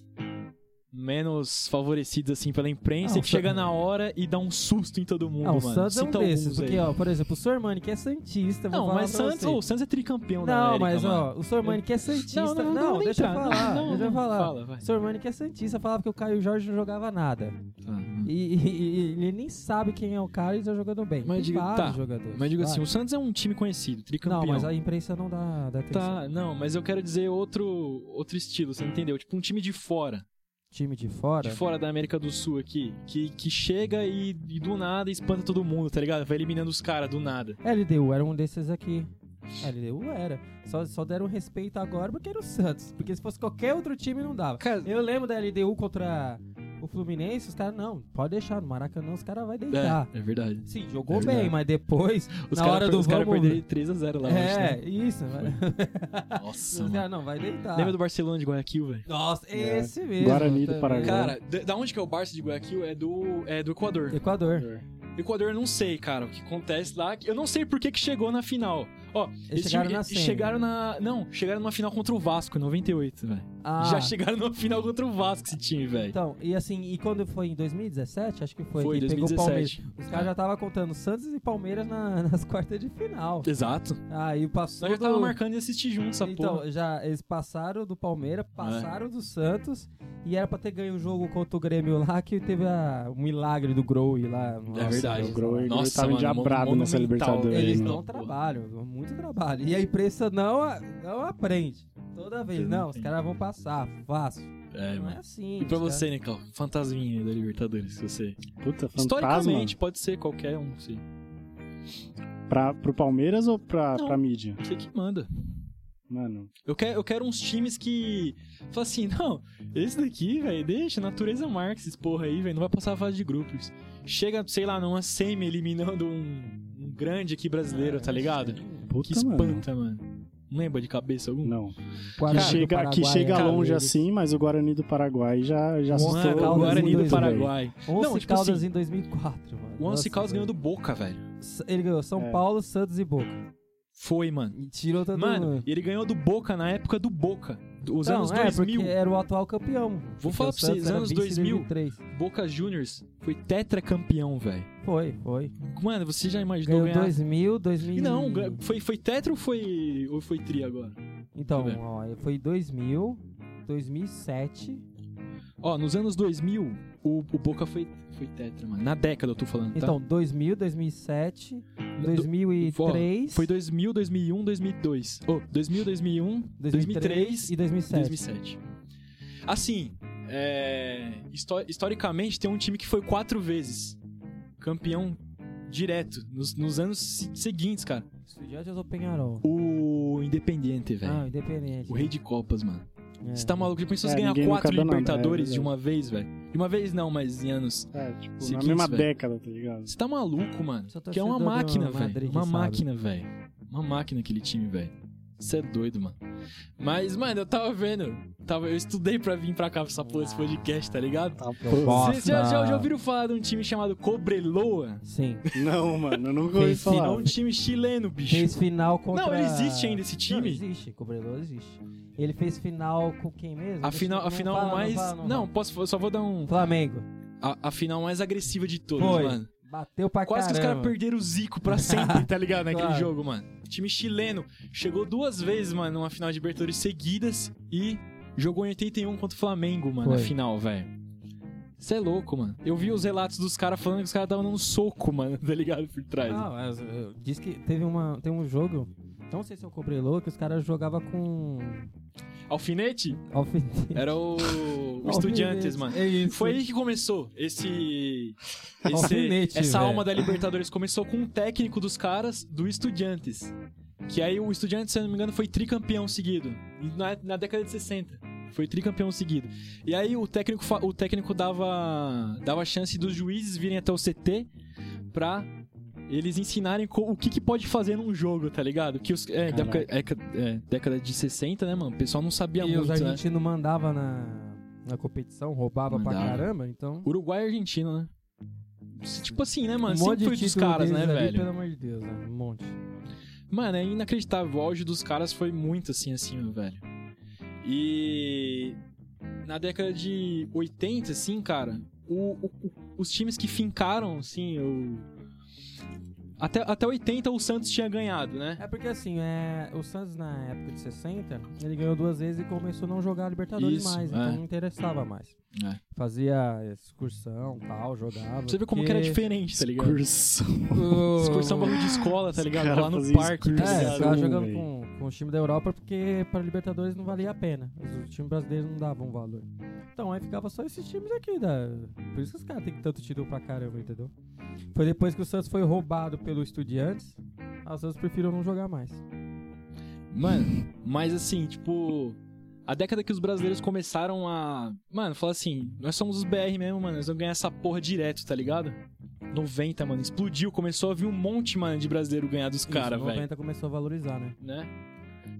S6: menos favorecidos assim pela imprensa
S7: Ah,
S6: e
S7: o
S6: que
S7: Sa-
S6: chega na hora e dá um susto em todo mundo,
S7: Ah, o
S6: mano?
S7: Santos é um
S6: Cita
S7: desses,
S6: alguns aí.
S7: porque, ó, por exemplo, o Sormani, que é Santista, vou
S6: não,
S7: falar
S6: mas
S7: pra
S6: Santos,
S7: você.
S6: ô, o Santos é tricampeão da
S7: Não,
S6: América,
S7: mas,
S6: mano.
S7: ó, o Sormani, que é Santista... Não,
S6: nem
S7: deixa eu
S6: entrar.
S7: falar,
S6: Não,
S7: deixa eu
S6: não,
S7: falar.
S6: Fala, vai.
S7: O Sormani, que é Santista, falava que o Caio Jorge não jogava nada. E, e- e ele nem sabe quem é o cara e tá jogando bem.
S6: Mas
S7: Tem
S6: diga-
S7: vários
S6: tá,
S7: jogadores,
S6: Mas digo assim, o
S7: vários.
S6: Santos é um time conhecido, tricampeão.
S7: Não, mas a imprensa não dá, dá atenção.
S6: Tá, não, mas eu quero dizer outro, outro estilo, você entendeu? Tipo um time de fora,
S7: Time de fora...
S6: de fora da América do Sul aqui, que, que chega e, e do nada espanta todo mundo, tá ligado? Vai eliminando os caras do nada.
S7: LDU era um desses aqui. LDU era. Só, só deram respeito agora porque era o Santos. Porque se fosse qualquer outro time, não dava.
S6: Cara-
S7: Eu lembro da LDU contra o Fluminense, os caras, não, pode deixar, no Maracanã os caras vão deitar.
S6: é verdade.
S7: Sim, jogou
S6: É
S7: bem,
S6: verdade.
S7: mas depois,
S6: Os
S7: na hora
S6: caras
S7: do
S6: cara
S7: vamos...
S6: perderam 3x0 lá. eu acho,
S7: é,
S6: né?
S7: isso. mas-
S6: Nossa,
S7: os
S6: mano.
S7: caras, não, vai deitar.
S6: Lembra do Barcelona de Guayaquil, velho?
S7: Nossa,
S8: É.
S7: esse mesmo.
S8: Guarani do
S7: também.
S8: Paraguai.
S6: Cara, da da onde que é o Barça de Guayaquil? É do, é do Equador.
S7: Equador.
S6: Equador, eu não sei, cara, o que acontece lá. Eu não sei por que, que chegou na final. Ó,
S7: Eles
S6: esse
S7: chegaram
S6: time-
S7: na né?
S6: eles
S7: semi.
S6: chegaram na. Não, chegaram numa final contra o Vasco, em 98, velho.
S7: Ah,
S6: Já chegaram numa final contra o Vasco, esse time, velho.
S7: Então, e assim, e quando foi em 2017, acho que foi,
S6: Foi,
S7: que pegou o Palmeiras.
S6: 2017.
S7: Os caras já estavam contando Santos e Palmeiras na- nas quartas de final.
S6: Exato.
S7: Aí passou.
S6: Nós já tava
S7: do-
S6: marcando e assistir junto essa
S7: Então,
S6: porra. É.
S7: já eles passaram do Palmeiras, passaram do Santos e era pra ter ganho o jogo contra o Grêmio lá, que teve a- o milagre do Grow lá. no-
S6: É verdade.
S8: O Grower
S6: Nossa,
S8: tava
S6: mano,
S8: endiabrado
S6: mon-
S8: nessa
S6: monumental.
S8: Libertadores.
S7: Eles
S8: né?
S7: não
S6: Porra.
S7: trabalham, muito trabalho. E a imprensa não, a- não aprende. Toda vez,
S6: Eu não
S7: não, os
S6: entendo.
S7: caras vão passar, fácil.
S6: É,
S7: não é
S6: mano.
S7: assim.
S6: E pra
S7: os caras-
S6: você, Nicol, fantasminha aí da Libertadores, que você.
S8: Puta, fantasma.
S6: Historicamente, pode ser qualquer um, sim.
S8: Pra, pro Palmeiras ou pra,
S6: Não.
S8: pra mídia?
S6: Você que manda.
S8: Mano,
S6: Eu quero, eu quero uns times que. Fala assim, não, esse daqui, velho, deixa, natureza marca esses porra aí, velho, não vai passar a fase de grupos. Chega, sei lá, numa semi eliminando um, um grande aqui
S7: É,
S6: brasileiro, tá ligado?
S8: puta,
S6: Que espanta, mano. Não lembra de cabeça algum?
S8: mano. Não.
S7: Guarani
S8: Que
S7: do
S8: chega, que
S7: Paraguai,
S8: chega
S7: cara,
S8: longe
S7: eles-
S8: assim, mas o Guarani do Paraguai já, já
S7: Mano,
S8: assustou.
S6: né? Mano, o
S7: Caldas
S6: Guarani
S7: em
S6: do
S7: dois,
S6: Paraguai.
S7: 11
S6: Não, tipo
S7: Caldas
S6: assim,
S7: em 2004, mano.
S6: O Once
S7: Nossa,
S6: Caldas
S7: velho.
S6: ganhou do Boca, velho.
S7: Ele ganhou São
S8: É.
S7: Paulo, Santos e Boca.
S6: Foi, mano.
S7: E tirou todo
S6: Mano,
S7: mundo.
S6: ele ganhou do Boca na época do Boca. Os
S7: Não,
S6: anos
S7: é,
S6: 2000,
S7: porque era o atual campeão. Porque
S6: falar
S7: o
S6: pra vocês,
S7: Santos era
S6: anos
S7: vice em
S6: 2000.
S7: 2003.
S6: Boca Juniors foi tetracampeão, velho.
S7: Foi, foi.
S6: Mano, você já imaginou
S7: Ganhou
S6: ganhar
S7: 2000, 2000.
S6: E não, ga- foi, foi tetra ou foi, ou foi tri agora?
S7: Então,
S6: Deixa eu
S7: ó, foi 2000, 2007.
S6: Tá. Ó, nos anos 2000, o, o Boca foi, foi tetra, mano. Na década eu tô falando, tá?
S7: Então, 2000, 2007, 2003.
S6: Ó, Foi 2000, 2001, 2002. Ô, 2000, 2001, 2003
S7: e 2007.
S6: 2007. Assim, é, histo- historicamente tem um time que foi quatro vezes campeão direto nos, nos anos se- seguintes, cara.
S7: Estudiantes ou Penharol?
S6: O Independiente, velho.
S7: Ah, independente.
S6: Tá. o rei de copas, mano.
S7: É.
S6: Você tá maluco? Já pensou se
S8: É,
S6: ganhar
S8: ninguém nunca
S6: quatro
S8: deu nada,
S6: Libertadores
S7: né?
S8: é
S6: de uma vez, velho? De uma vez não, mas em anos.
S8: É, tipo, na
S6: Seguinte,
S8: mesma
S6: velho.
S8: década, tá ligado?
S6: Você tá maluco, mano?
S7: Só
S6: Que é uma
S7: torcedor do
S6: máquina,
S7: Madrid
S6: velho.
S7: que
S6: Uma
S7: sabe.
S6: máquina, velho. Uma máquina aquele time, velho. Você é doido, mano. Mas, mano, eu tava vendo. Tava, eu estudei pra vir pra cá pra essa porra
S7: Ah.
S6: desse podcast, tá ligado? Vocês já, já, já ouviram falar de um time chamado Cobreloa?
S7: Sim.
S8: Não, mano, eu nunca ouvi
S7: Fez final
S6: É
S8: falar.
S6: um time chileno, bicho.
S7: Fez final contra...
S6: Não, ele existe ainda esse
S7: Não,
S6: time?
S7: existe, Cobreloa existe. Ele fez final com quem mesmo?
S6: A final, a
S7: Não
S6: final
S7: fala, não
S6: mais.
S7: fala,
S6: Não,
S7: fala.
S6: posso, eu só vou dar um.
S7: Flamengo.
S6: A, a final mais agressiva de todas,
S7: Foi.
S6: mano.
S7: Bateu pra
S6: Quase que os
S7: caramba.
S6: caras perderam o Zico pra sempre, tá ligado? Naquele
S7: Claro.
S6: jogo, mano. Time chileno. Chegou duas vezes, mano, numa final de Libertadores seguidas e jogou em 81 contra o Flamengo, mano, na
S7: Foi.
S6: final, velho. Você é louco, mano. Eu vi os relatos dos caras falando que os caras estavam dando soco, mano, tá ligado? Por trás.
S7: Não, mas eu- diz que teve uma, tem um jogo, não sei se eu cobrei louco, que os caras jogavam com
S6: Alfinete?
S7: alfinete.
S6: Era o. o
S7: Alfinete,
S6: Estudiantes, mano.
S7: É isso.
S6: Foi aí que começou esse. esse-
S7: Alfinete,
S6: essa
S7: velho.
S6: alma da Libertadores começou com um técnico dos caras do Estudiantes. Que aí o Estudiantes, se eu não me engano, foi tricampeão seguido. Na, na década de 60. Foi tricampeão seguido. E aí o técnico, fa- o técnico dava, dava chance dos juízes virem até o CT pra eles ensinarem co- o que, que pode fazer num jogo, tá ligado? Que os, é,
S8: Caraca.
S6: década, é, é, década de 60, né, mano? O pessoal não sabia
S7: E os
S6: muito, né?
S7: argentinos mandavam na, na competição, roubava pra
S6: Mandava.
S7: caramba, então...
S6: Uruguai e Argentina, né? Tipo assim, né, mano?
S7: um
S6: Sempre
S7: monte de
S6: foi dos
S7: título
S6: caras, né,
S7: deles ali,
S6: velho?
S7: Pelo amor de Deus, né? Um monte.
S6: Mano, é inacreditável. O auge dos caras foi muito assim, assim, ó, velho. E na década de 80, assim, cara, o- o- o- os times que fincaram, assim, o... até, até 80 o Santos tinha ganhado, né?
S7: É porque assim, é, o Santos na época de 60, ele ganhou duas vezes e começou a não jogar a Libertadores
S6: Isso,
S7: mais,
S6: é.
S7: então não interessava mais.
S6: É.
S7: Fazia excursão, tal, jogava.
S6: Pra você ver como que era
S7: porque-
S6: diferente, tá ligado?
S8: Curso.
S7: O-
S6: Excursão bagulho de escola, tá
S8: Os
S6: ligado?
S8: cara
S6: Lá no
S8: fazia
S6: parque, tá
S8: excursão.
S7: É,
S6: ligado?
S7: eu tava
S8: Brasil,
S7: jogando
S8: véi.
S7: com, com o time da Europa porque para Libertadores não valia a pena. Os, os times brasileiros não davam valor. Então aí ficava só esses times aqui. Da... Por isso que os caras têm tanto título pra caramba, entendeu? Foi depois que o Santos foi roubado pelo Estudiantes. Aí os Santos preferiram não jogar mais.
S6: Mano, mas assim, tipo. A década que os brasileiros começaram a. Mano, falar assim, nós somos os BR mesmo, mano. Nós vamos ganhar essa porra direto, tá ligado? 90, mano, explodiu, começou a vir um monte, mano, de brasileiro ganhar dos caras,
S7: Isso,
S6: velho.
S7: 90 começou a valorizar, né?
S6: Né?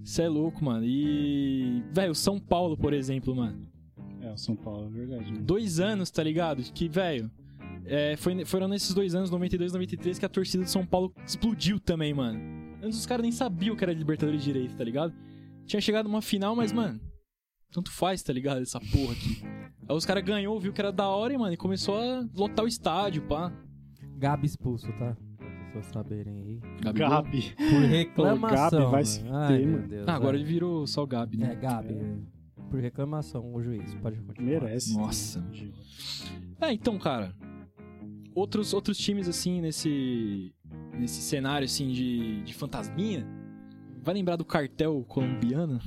S6: Cê é louco, mano. E. Velho, o São Paulo, por exemplo, mano.
S8: É, o São Paulo, é verdade. né?
S6: Dois anos, tá ligado? Que, velho. é, foi- foram nesses dois anos, 92 93, que a torcida de São Paulo explodiu também, mano. Antes os caras nem sabiam que era Libertadores direito, tá ligado? Tinha chegado uma final, mas, mano, tanto faz, tá ligado? Essa porra aqui. Aí os caras ganhou, viu que era da hora, e, mano, e começou a lotar o estádio, pá.
S7: Gabi expulso, tá? Pra vocês saberem aí.
S6: Gabigol.
S8: Gabi.
S7: Por reclamação.
S8: Gabi vai
S7: mano.
S8: se
S7: Ai,
S8: fuder,
S7: meu
S8: mano.
S7: Deus.
S6: Ah, agora
S7: é.
S6: ele virou só o Gabi,
S7: É,
S6: né?
S7: Gabi. É. Por reclamação, o juiz. Pode continuar.
S8: Merece.
S6: Nossa. É, então, cara. Outros, outros times, assim, nesse. Nesse cenário, assim, de, de fantasminha. Vai lembrar do cartel colombiano?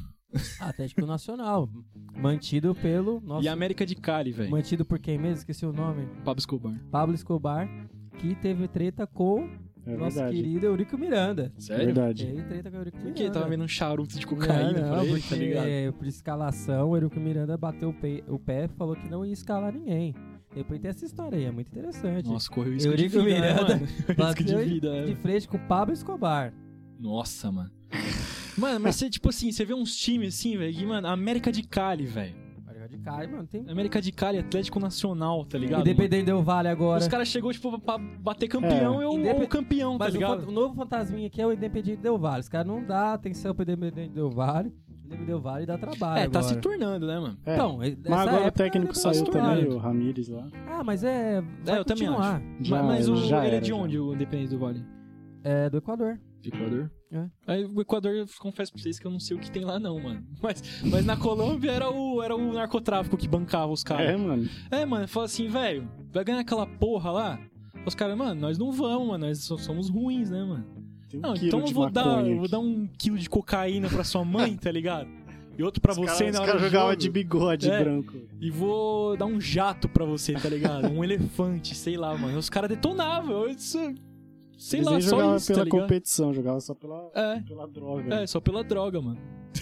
S7: Atlético Nacional. Mantido pelo. Nosso
S6: E a América de Cali, velho.
S7: Mantido por quem mesmo? Esqueci o nome.
S6: Pablo Escobar.
S7: Pablo Escobar, que teve treta com
S8: É
S7: nosso
S8: verdade.
S7: querido Eurico Miranda.
S8: É
S6: Sério?
S8: verdade.
S7: Teve treta com o Eurico Miranda.
S6: Porque ele tava vendo um charuto de cocaína
S7: não,
S6: pra ele,
S7: porque,
S6: tá ligado?
S7: é, por escalação, o Eurico Miranda bateu o pé, o pé falou que não ia escalar ninguém. Depois tem essa história aí, é muito interessante.
S6: Nossa, correu risco de
S7: Eurico
S6: vida, né,
S7: Miranda
S6: mano? Risco de
S7: bateu
S6: vida,
S7: de
S6: né?
S7: frente com o Pablo Escobar.
S6: Nossa, mano. Mano, mas você, tipo assim, você vê uns times assim, velho, que, mano, América de Cali, velho.
S7: Olha de cara, mano, tem...
S6: América de Cali, Atlético Nacional, tá ligado? É mano?
S7: Independente do Vale agora.
S6: Os caras chegou, tipo, pra bater campeão
S8: É.
S6: eu,
S7: Independ-
S6: ou campeão, tá
S7: Mas o,
S6: ligado?
S7: fan- o novo fantasminha aqui é o Independente Del Vale. Os caras não dá atenção pro Independente Del Vale. O Independente Del Vale dá trabalho.
S6: É, tá
S7: agora.
S6: se tornando, né, mano?
S8: É.
S7: Então,
S8: Mas agora o
S6: é
S8: técnico saiu também,
S6: Claro.
S8: o Ramires lá.
S7: tá Ah, mas é. Vai
S6: eu também
S7: continuar.
S8: Já,
S6: mas mas o,
S8: já
S6: ele é
S8: era,
S6: de
S8: já.
S6: onde, o Independente do Vale?
S7: É do Equador.
S6: Equador.
S7: É.
S6: Aí o Equador, eu confesso pra vocês que eu não sei o que tem lá, não, mano. Mas, mas na Colômbia era o, era o narcotráfico que bancava os
S8: É,
S6: caras.
S8: mano.
S6: É, mano, fala assim, velho, vai ganhar aquela porra lá? Os caras, mano, nós não vamos, mano, nós so- somos ruins, né, mano?
S8: Tem um
S6: Não,
S8: quilo
S6: então eu
S8: de
S6: vou dar,
S8: maconha
S6: eu vou
S8: aqui.
S6: dar um quilo de cocaína pra sua mãe, tá ligado? E outro pra
S8: Os
S6: você na
S8: cara- os
S6: hora
S8: caras
S6: do
S8: jogavam
S6: jogo.
S8: de bigode
S6: É.
S8: branco.
S6: E vou dar um jato pra você, tá ligado? Um elefante, sei lá, mano. Os caras detonavam. Eu, isso, sei
S8: Eles
S6: lá,
S8: nem
S6: só
S8: jogavam
S6: isso, tá
S8: pela
S6: ligado?
S8: competição, jogavam só pela,
S6: É,
S8: pela droga.
S6: é, só pela droga, mano.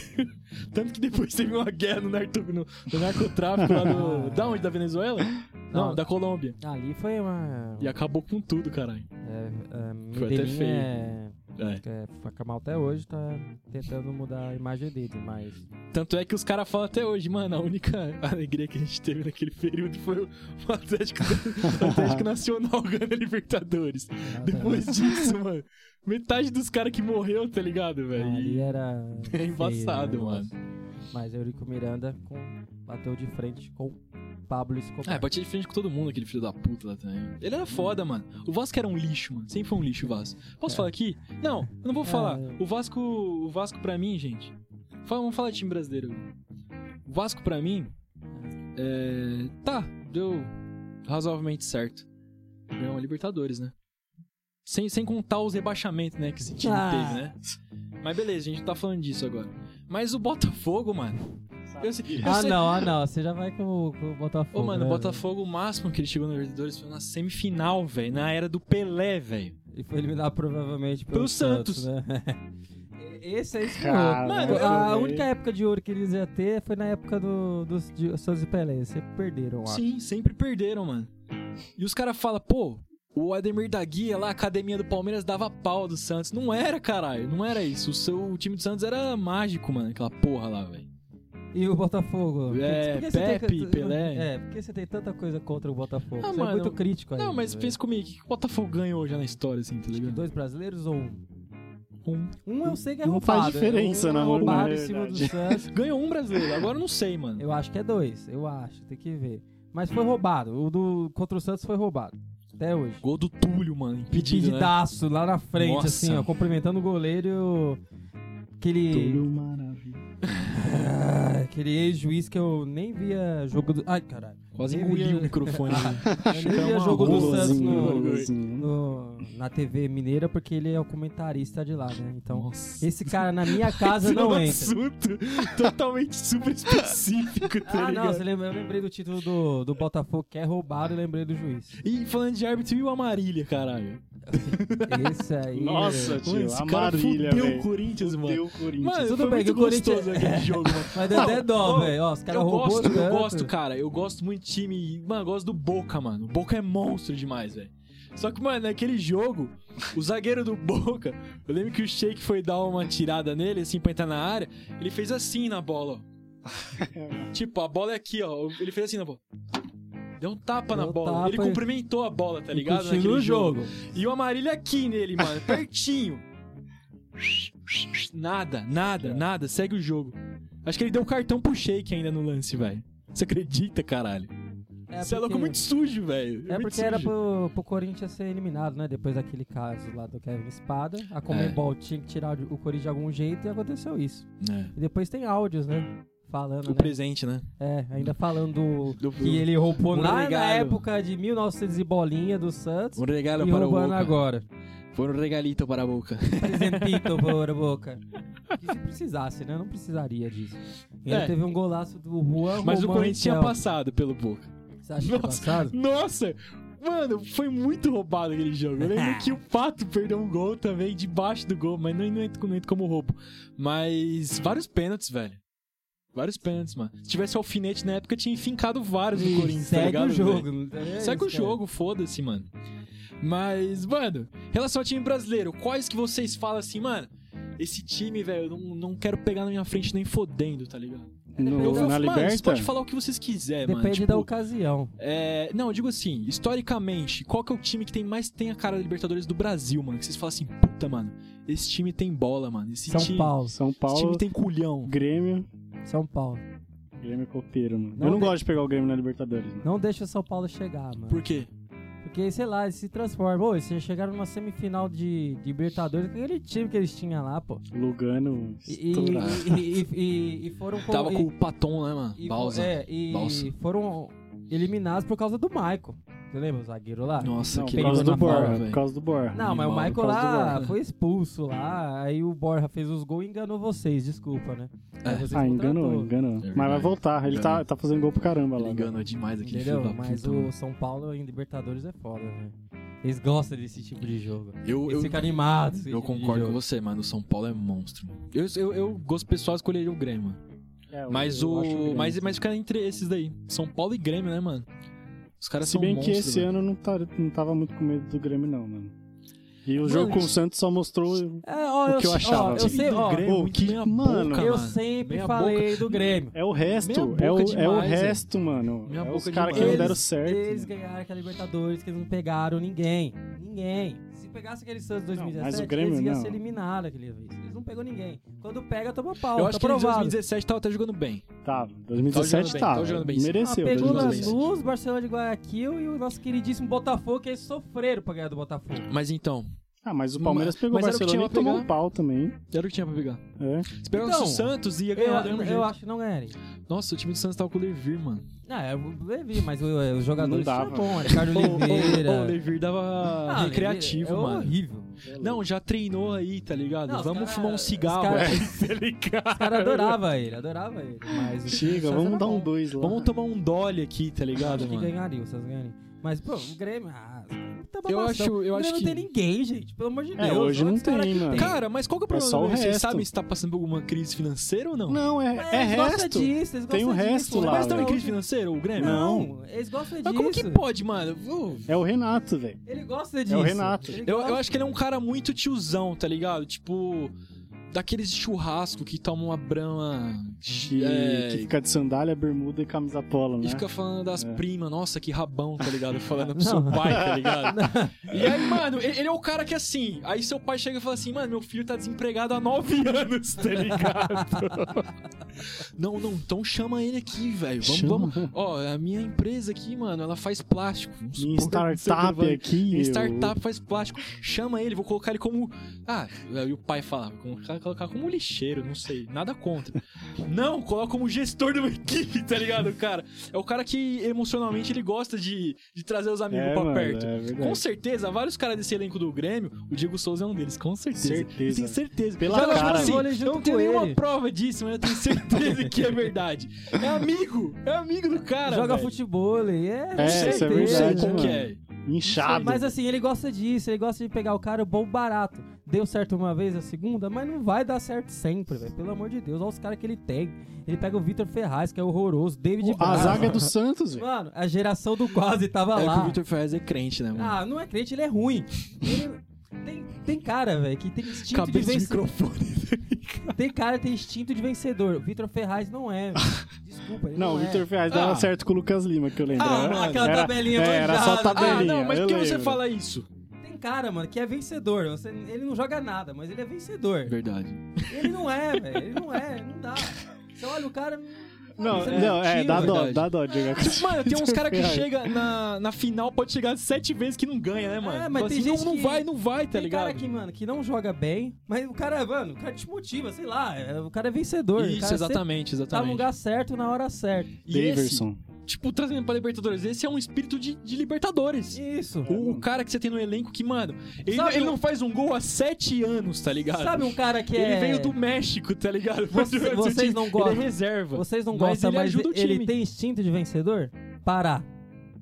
S6: Tanto que depois teve uma guerra no, narto- no- no narcotráfico lá do. da onde? Da Venezuela? Não,
S7: Não.
S6: da Colômbia.
S7: Ali foi uma.
S6: E acabou com tudo, caralho.
S7: É, é,
S6: Foi até
S7: Medellín
S6: feio.
S7: é
S6: É.
S7: É, Facamal até hoje tá tentando mudar a imagem dele, mas.
S6: Tanto é que os caras falam até hoje, mano, a única alegria que a gente teve naquele período foi o o Atlético, o Atlético Nacional ganhando a Libertadores. Depois disso, mano, metade dos caras que morreu, tá ligado, velho?
S7: Ali
S6: E
S7: era. feio,
S6: embaçado,
S7: né, o
S6: mano.
S7: negócio. Mas Eurico Miranda com- bateu de frente com Pablo Escobar.
S6: É, batia de frente com todo mundo, aquele filho da puta lá também. Ele era foda, mano. O Vasco era um lixo, mano. Sempre foi um lixo o Vasco. Posso
S7: É.
S6: falar aqui? Não, eu não vou falar.
S7: eu-
S6: O Vasco, o Vasco pra mim, gente. fala- Vamos falar de time brasileiro. O Vasco pra mim. É. Tá, deu razoavelmente certo. Ganhou a Libertadores, né? Sem, sem contar os rebaixamentos, né? Que esse time
S7: Ah.
S6: teve, né? Mas beleza, a gente não tá falando disso agora. Mas o Botafogo, mano. Eu, sei- eu
S7: Ah
S6: sei-
S7: não, ah não, você já vai com, o- com o Botafogo.
S6: Ô, mano, o
S7: né?
S6: Botafogo, o máximo que ele chegou na Libertadores foi na semifinal, velho. Na era do Pelé, velho.
S7: E foi eliminado provavelmente pelo,
S6: Pelo Santos.
S7: né? Esse é isso
S8: Cara,
S6: Mano,
S7: A
S8: velho.
S7: única época de ouro que eles iam ter foi na época do, dos de Santos e Pelé. Sempre perderam, eu acho.
S6: Sim, sempre perderam, mano. E os caras falam, pô, o Ademir da Guia lá, a academia do Palmeiras, dava pau do Santos. Não era, caralho. Não era isso. O, seu, o time do Santos era mágico, mano. Aquela porra lá, velho.
S7: E o Botafogo?
S6: É,
S7: Por que você tem-
S6: Pepe, Pelé.
S7: É, por que você tem tanta coisa contra o Botafogo?
S6: Ah,
S7: você
S6: mano,
S7: é muito crítico aí.
S6: Não, mas pensa comigo, o que que o Botafogo ganhou já na história, assim, tá ligado?
S7: Dois brasileiros ou um?
S6: Um.
S7: Um eu sei que é
S8: Não
S7: roubado.
S8: faz diferença,
S7: um
S8: né,
S7: é
S8: mano?
S7: roubado
S8: É
S7: em cima do
S8: verdade.
S7: Santos.
S6: Ganhou um brasileiro, agora eu não sei, mano.
S7: Eu acho que é dois, eu acho. Tem que ver. Mas foi roubado. O do contra o Santos foi roubado. Até hoje.
S6: Gol do Túlio, mano. Impedido, né?
S7: Pedidaço lá na frente,
S6: Nossa.
S7: assim, ó, cumprimentando o goleiro. e o-
S6: É.
S7: Aquele.
S8: Túlio Maravilha.
S7: Ah, aquele ex-juiz que eu nem via jogo do. Ai, caralho.
S6: né? Quase
S7: Nem
S6: engoliu
S7: via-
S6: o microfone. né?
S7: Eu nem via
S6: uma
S7: jogo do
S6: golosinha,
S7: Santos no-
S8: golosinho.
S7: no- na TV mineira, porque ele é o comentarista de lá, né? Então,
S6: Nossa.
S7: esse cara na minha casa
S6: Tirou
S7: não
S6: um
S7: entra.
S6: assunto totalmente super específico, tá
S7: Ah, não,
S6: ligado?
S7: você lembra- eu lembrei do título do, do Botafogo, que é roubado, e lembrei do juiz.
S6: E falando de árbitro e o Amarília, caralho.
S7: Esse aí.
S8: Nossa,
S6: Mano,
S8: tio,
S6: esse
S8: Amarília,
S6: cara fudeu o
S8: velho.
S6: Corinthians, mano.
S8: Fudeu o Corinthians.
S6: Mano,
S7: Tudo
S6: foi
S7: bem que
S6: muito
S7: o Corinthians-
S6: gostoso aquele jogo, mano.
S7: Mas deu até dó,
S6: Não,
S7: velho. Ó, os caras
S6: Eu
S7: roubou
S6: gosto, eu
S7: tanto.
S6: gosto, cara. Eu gosto muito de time. Mano, eu gosto do Boca, mano. O Boca é monstro demais, velho. Só que, mano, naquele jogo, o zagueiro do Boca, eu lembro que o Sheik foi dar uma tirada nele, assim, pra entrar na área. Ele fez assim na bola, ó. tipo, a bola é aqui, ó. Ele fez assim na bola. Deu um tapa na
S7: Deu um
S6: bola.
S7: tapa
S6: ele
S7: e-
S6: cumprimentou a bola, tá ligado?
S7: Continua o
S6: Naquele
S7: jogo.
S6: E o Amarília aqui nele, mano, pertinho. Nada,
S7: É.
S6: nada, nada. Segue o jogo. Acho que ele deu um cartão pro Shake ainda no lance, velho. Você acredita, caralho?
S7: É
S6: Você é louco
S7: porque-
S6: muito sujo, velho.
S7: É
S6: muito
S7: porque era
S6: sujo.
S7: pro, pro Corinthians ser eliminado, né? Depois daquele caso lá do Kevin Espada.
S6: É.
S7: A Comembol tinha que tirar o Corinthians de algum jeito e aconteceu isso.
S6: É.
S7: E depois tem áudios, né? Falando,
S6: O
S7: né?
S6: presente, né?
S7: É, ainda falando
S6: Do-
S7: que ele roubou
S6: Um
S7: lá na
S6: regalo.
S7: época de 1900 e bolinha do Santos.
S6: Um regalo
S7: E
S6: para o
S7: roubando
S6: Boca.
S7: agora.
S6: Foi um regalito para a Boca.
S7: Presentito por boca. Que se precisasse, né? Não precisaria disso. E
S6: É.
S7: Ele teve um golaço do Juan
S6: Mas o
S7: Román
S6: Corinthians tinha
S7: Riquelme.
S6: passado pelo Boca.
S7: Você acha que tinha
S6: Nossa.
S7: passado?
S6: Nossa! Mano, foi muito roubado aquele jogo. Eu lembro que o Pato perdeu um gol também debaixo do gol, mas não, não, entra, não entra como roubo. Mas vários pênaltis, velho. Vários pênaltis, mano. Se tivesse alfinete na época, tinha enfincado vários no Corinthians, tá
S7: Segue
S6: ligado,
S7: o
S6: velho?
S7: jogo. É
S6: Segue o
S7: isso, cara.
S6: jogo, foda-se, mano. Mas, mano, em relação ao time brasileiro, quais que vocês falam assim, mano? Esse time, velho, eu não, não quero pegar na minha frente nem fodendo, tá ligado?
S8: No-
S6: Eu falo,
S8: na
S6: mano, vocês
S8: Liberta?
S6: podem falar o que vocês quiserem, mano.
S7: Depende da
S6: Tipo,
S7: ocasião.
S6: é, não, eu digo assim, historicamente, qual que é o time que tem mais tem a cara da Libertadores do Brasil, mano? Que vocês falam assim, puta, mano, esse time tem bola, mano. Esse
S7: São
S6: time,
S7: Paulo.
S8: São
S6: Esse
S8: Paulo,
S6: time tem culhão.
S8: Grêmio.
S7: São Paulo.
S8: Grêmio é copeiro, mano.
S7: Não
S8: eu não
S7: de-
S8: gosto de pegar o Grêmio na Libertadores, mano.
S7: Não deixa o São Paulo chegar, mano.
S6: Por quê?
S7: Porque, sei lá, eles se transformam. Ô, eles chegaram numa semifinal de de Libertadores com aquele time que eles tinham lá, pô.
S8: Lugano,
S7: E, e,
S8: estourado.
S7: e, e- e- e foram com.
S6: Tava
S7: e,
S6: com o Paton, né, mano?
S7: e-
S6: Balsa.
S7: é, e
S6: Balsa.
S7: foram eliminados por causa do Michael. Você lembra o zagueiro lá?
S6: Nossa,
S8: Não,
S6: que
S8: por
S7: perigo
S8: causa do
S7: na bola,
S8: Borra,
S6: velho.
S8: por causa do Borra.
S7: Não, mas
S6: Animal,
S7: o Michael
S6: por causa do
S7: lá
S6: Borja.
S7: foi expulso lá. Aí o Borja fez os gols e enganou vocês, desculpa, né?
S6: É.
S7: Aí vocês
S8: Ah, enganou,
S7: contratou,
S8: enganou.
S6: verdade.
S8: mas vai voltar, ele tá,
S6: Enganou.
S8: tá fazendo gol pro caramba lá.
S6: Ele
S8: velho.
S6: engana demais aquele filho da
S7: Entendeu? Mas
S6: puta.
S7: o
S6: mano.
S7: São Paulo em Libertadores é foda, né? Eles gostam desse tipo de jogo.
S6: Eu,
S7: Eles
S6: eu,
S7: ficam
S8: tá
S7: animados. com esse
S6: eu
S7: tipo de
S6: concordo com
S7: jogo.
S6: você, mano. O São Paulo é monstro. mano. Eu, eu, eu gosto pessoal escolheria o Grêmio, mano.
S8: É, eu-
S6: Mas
S8: eu acho
S6: o.
S8: Grêmio.
S6: Mas, mas fica entre esses daí. São Paulo e Grêmio, né, mano? Os caras
S8: Se
S6: são
S8: bem que
S6: monstros.
S8: esse
S6: velho.
S8: ano eu não, tá, não tava muito com medo do Grêmio, não, mano. E o jogo
S7: Mano,
S8: com o Santos só mostrou.
S7: É, ó,
S8: O que eu
S7: ó,
S8: achava,
S7: eu
S8: time
S7: sei,
S6: do
S7: ó,
S6: Grêmio,
S8: pô,
S6: muito
S8: que-
S6: meia
S8: mano,
S6: boca,
S7: eu
S6: mano.
S7: sempre
S6: Meia
S7: falei
S6: boca.
S7: do Grêmio.
S8: É o
S6: Meia
S8: resto,
S6: boca
S8: é o, é o
S6: demais, é.
S8: resto, mano.
S6: Meia
S8: é os
S6: boca
S8: caras que
S6: demais.
S8: não deram certo.
S7: Eles
S8: mano.
S7: ganharam aquela Libertadores, que eles não pegaram ninguém. Ninguém. Se pegasse aquele Santos
S8: mas o
S7: 2017,
S8: Grêmio
S7: eles iam
S8: não.
S7: ser eliminados aquele vez. Eles não pegou ninguém. Quando pega, toma pau.
S6: Eu
S7: tá
S6: acho que ele em
S7: provado.
S6: 2017 tava até jogando bem.
S8: Tava.
S6: Tá jogando
S8: 2017
S6: bem,
S8: tava.
S6: tá jogando bem, sim.
S7: Ah,
S8: Mereceu.
S7: pegou
S8: 2017.
S7: Lanús, Barcelona de Guayaquil e o nosso queridíssimo Botafogo, que eles sofreram pra ganhar do Botafogo.
S6: Mas então,
S8: Ah, mas o Palmeiras
S6: Mas-
S8: pegou o
S6: mas era o que
S8: Barcelona
S6: tinha
S8: e
S6: pra
S8: tomou
S6: pegar.
S8: um pau também.
S6: era o que tinha pra pegar.
S8: É.
S6: Se pegasse
S7: Então,
S6: o Santos, ia
S7: Eu,
S6: ganhar do mesmo
S7: eu
S6: jeito.
S7: acho que não ganharem.
S6: Nossa, o time do Santos tava com o Levir, mano.
S7: Ah, é, o Levi, mas o- os jogadores
S8: Não dava.
S7: são bons. Ricardo
S6: Ô, ô, ô, O
S7: Oliveira.
S6: Levir dava
S7: Ah,
S6: recreativo,
S7: Oliveira é
S6: mano.
S7: horrível.
S6: Não, já treinou aí, tá ligado?
S7: Não, os
S6: Vamos
S7: cara-
S6: fumar um
S7: os
S6: cigarro.
S7: cara-
S6: tá ligado?
S7: Os caras adoravam ele, adoravam ele. Mas o
S8: Chega,
S7: Santos era
S8: vamos dar um
S7: bom.
S8: dois lá.
S6: Vamos tomar um dole aqui, tá ligado,
S7: Acho que
S6: mano?
S7: ganharia, vocês ganhariam. Mas, pô, o Grêmio. Ah, tá
S6: Eu acho- eu
S7: o Grêmio
S6: acho
S7: não
S6: que-
S7: tem ninguém, gente. Pelo amor de
S8: É,
S7: Deus.
S8: hoje
S7: olha
S8: não
S7: os caras
S8: tem,
S7: que
S8: mano.
S6: Cara, mas qual que é o problema?
S8: só o
S6: Vocês
S8: resto.
S6: sabem se tá passando por alguma crise financeira ou não?
S8: Não, é,
S7: Mas
S8: é
S7: eles gostam
S8: resto.
S7: disso, eles
S8: Tem
S7: gostam
S8: o resto
S7: disso,
S8: lá,
S6: mas
S7: Mas
S6: tá em
S8: velho.
S6: crise financeira, o Grêmio?
S7: Não, eles gostam
S6: Mas
S7: disso.
S6: como que pode, mano? Vô,
S8: É o Renato, velho.
S7: Ele gosta disso.
S8: Renato.
S7: Ele
S6: Eu,
S7: gosta.
S6: eu acho que ele é um cara muito tiozão, tá ligado? Tipo, daqueles churrasco que toma uma brama
S8: Que,
S6: é,
S8: que fica de sandália, bermuda e camisa polo, né?
S6: e fica falando das
S8: É.
S6: primas, nossa, que rabão, tá ligado? Falando pro
S7: Não.
S6: seu pai, tá ligado? E aí, mano, ele, ele é o cara que assim, aí seu pai chega e fala assim, mano, meu filho tá desempregado há nove anos, tá ligado? não, não, então chama ele aqui, velho. Vamos,
S8: Chama.
S6: vamos. Ó, a minha empresa aqui, mano, ela faz plástico. Vamos
S8: Minha
S6: supor que você
S8: startup
S6: vai-
S8: aqui.
S6: Em
S8: eu-
S6: startup faz plástico. Chama ele, vou colocar ele como. Ah, e o pai fala, "Vou colocar- colocar como lixeiro, não sei, nada contra. não, coloca como gestor de uma equipe, tá ligado, cara? É o cara que emocionalmente ele gosta de, de trazer os amigos
S8: É,
S6: pra
S8: mano,
S6: perto.
S8: é
S6: Com
S8: verdade.
S6: certeza, vários caras desse elenco do Grêmio, o Diego Souza é um deles, com certeza.
S8: Certeza.
S6: Eu tenho certeza.
S8: Pela
S6: Já não,
S8: cara,
S6: assim,
S7: mano.
S6: eu não tenho
S7: Com
S6: nenhuma
S7: ele.
S6: prova disso, mas eu tenho certeza que é verdade. É amigo, é amigo do cara.
S7: Joga
S6: velho.
S7: futebol, ele é.
S8: É,
S6: Não sei,
S8: isso é
S6: não sei
S8: verdade,
S6: qual que
S8: mano.
S6: é.
S8: Inchado.
S7: Mas assim, ele gosta disso, ele gosta de pegar o cara bom barato. Deu certo uma vez a segunda, mas não vai dar certo sempre, velho. Pelo amor de Deus, olha os caras que ele tem. Ele pega o Vitor Ferraz, que é horroroso, David
S6: tipo,
S8: A
S7: Braz.
S8: zaga é do Santos, velho.
S7: Mano, a geração do quase tava
S6: É que o
S7: Tá lá.
S6: Vitor Ferraz é crente, né, mano?
S7: Ah, não é crente, ele é ruim. Ele- Tem, tem cara, velho, que tem instinto
S6: Cabeça
S7: de
S6: de
S7: vencedor.
S6: microfone.
S7: Tem cara que tem instinto de vencedor. O Vitor Ferraz não é. velho. Desculpa, ele
S8: Não,
S7: não,
S8: o
S7: é.
S8: Vitor Ferraz dava
S6: Ah.
S8: certo com o Lucas Lima, que eu lembro.
S7: Ah,
S8: Era-
S7: mano, aquela
S8: era,
S7: tabelinha
S8: é, Era só
S7: manjada.
S6: Ah,
S8: tabelinha.
S6: não, mas
S8: eu
S6: por que você
S8: lembro.
S6: fala isso?
S7: Tem cara, mano, que é vencedor. Você- ele não joga nada, mas ele é vencedor.
S6: Verdade.
S7: Ele não é, velho. Ele não é, não dá. Você olha o cara.
S8: Não,
S7: Você
S8: não, é,
S7: tira,
S8: dá dó,
S6: verdade.
S8: dá dó de jogar com
S6: Mano, tem uns caras que
S8: Ferraz.
S6: chegam na, na final, pode chegar sete vezes que não ganha, né, mano?
S7: É, mas
S6: Fala
S7: tem
S6: assim,
S7: gente
S6: não,
S7: que-
S6: não vai, não vai, tá
S7: tem
S6: ligado?
S7: cara que, mano, que não joga bem, mas o cara, mano, o cara te motiva, sei lá. é, O cara é vencedor. o
S6: Isso,
S7: cara
S6: exatamente,
S7: sempre Tá no
S6: exatamente.
S7: lugar certo na hora certa.
S6: E esse,
S8: Daverson.
S6: tipo, trazendo pra Libertadores, esse é um espírito de, de Libertadores.
S7: Isso.
S6: O, o cara que você tem no elenco que, mano, ele,
S7: Sabe
S6: ele
S7: o-
S6: não faz um gol há sete anos, tá ligado?
S7: Sabe um cara que
S6: Ele
S7: é.
S6: veio do México, tá ligado?
S7: Você-
S6: Mas o
S7: vocês
S6: time-
S7: não gostam.
S6: Ele é reserva.
S7: Vocês não
S6: Mas
S7: gostam,
S6: ele
S7: mas,
S6: ajuda o
S7: ele
S6: time.
S7: tem instinto de vencedor? Pará.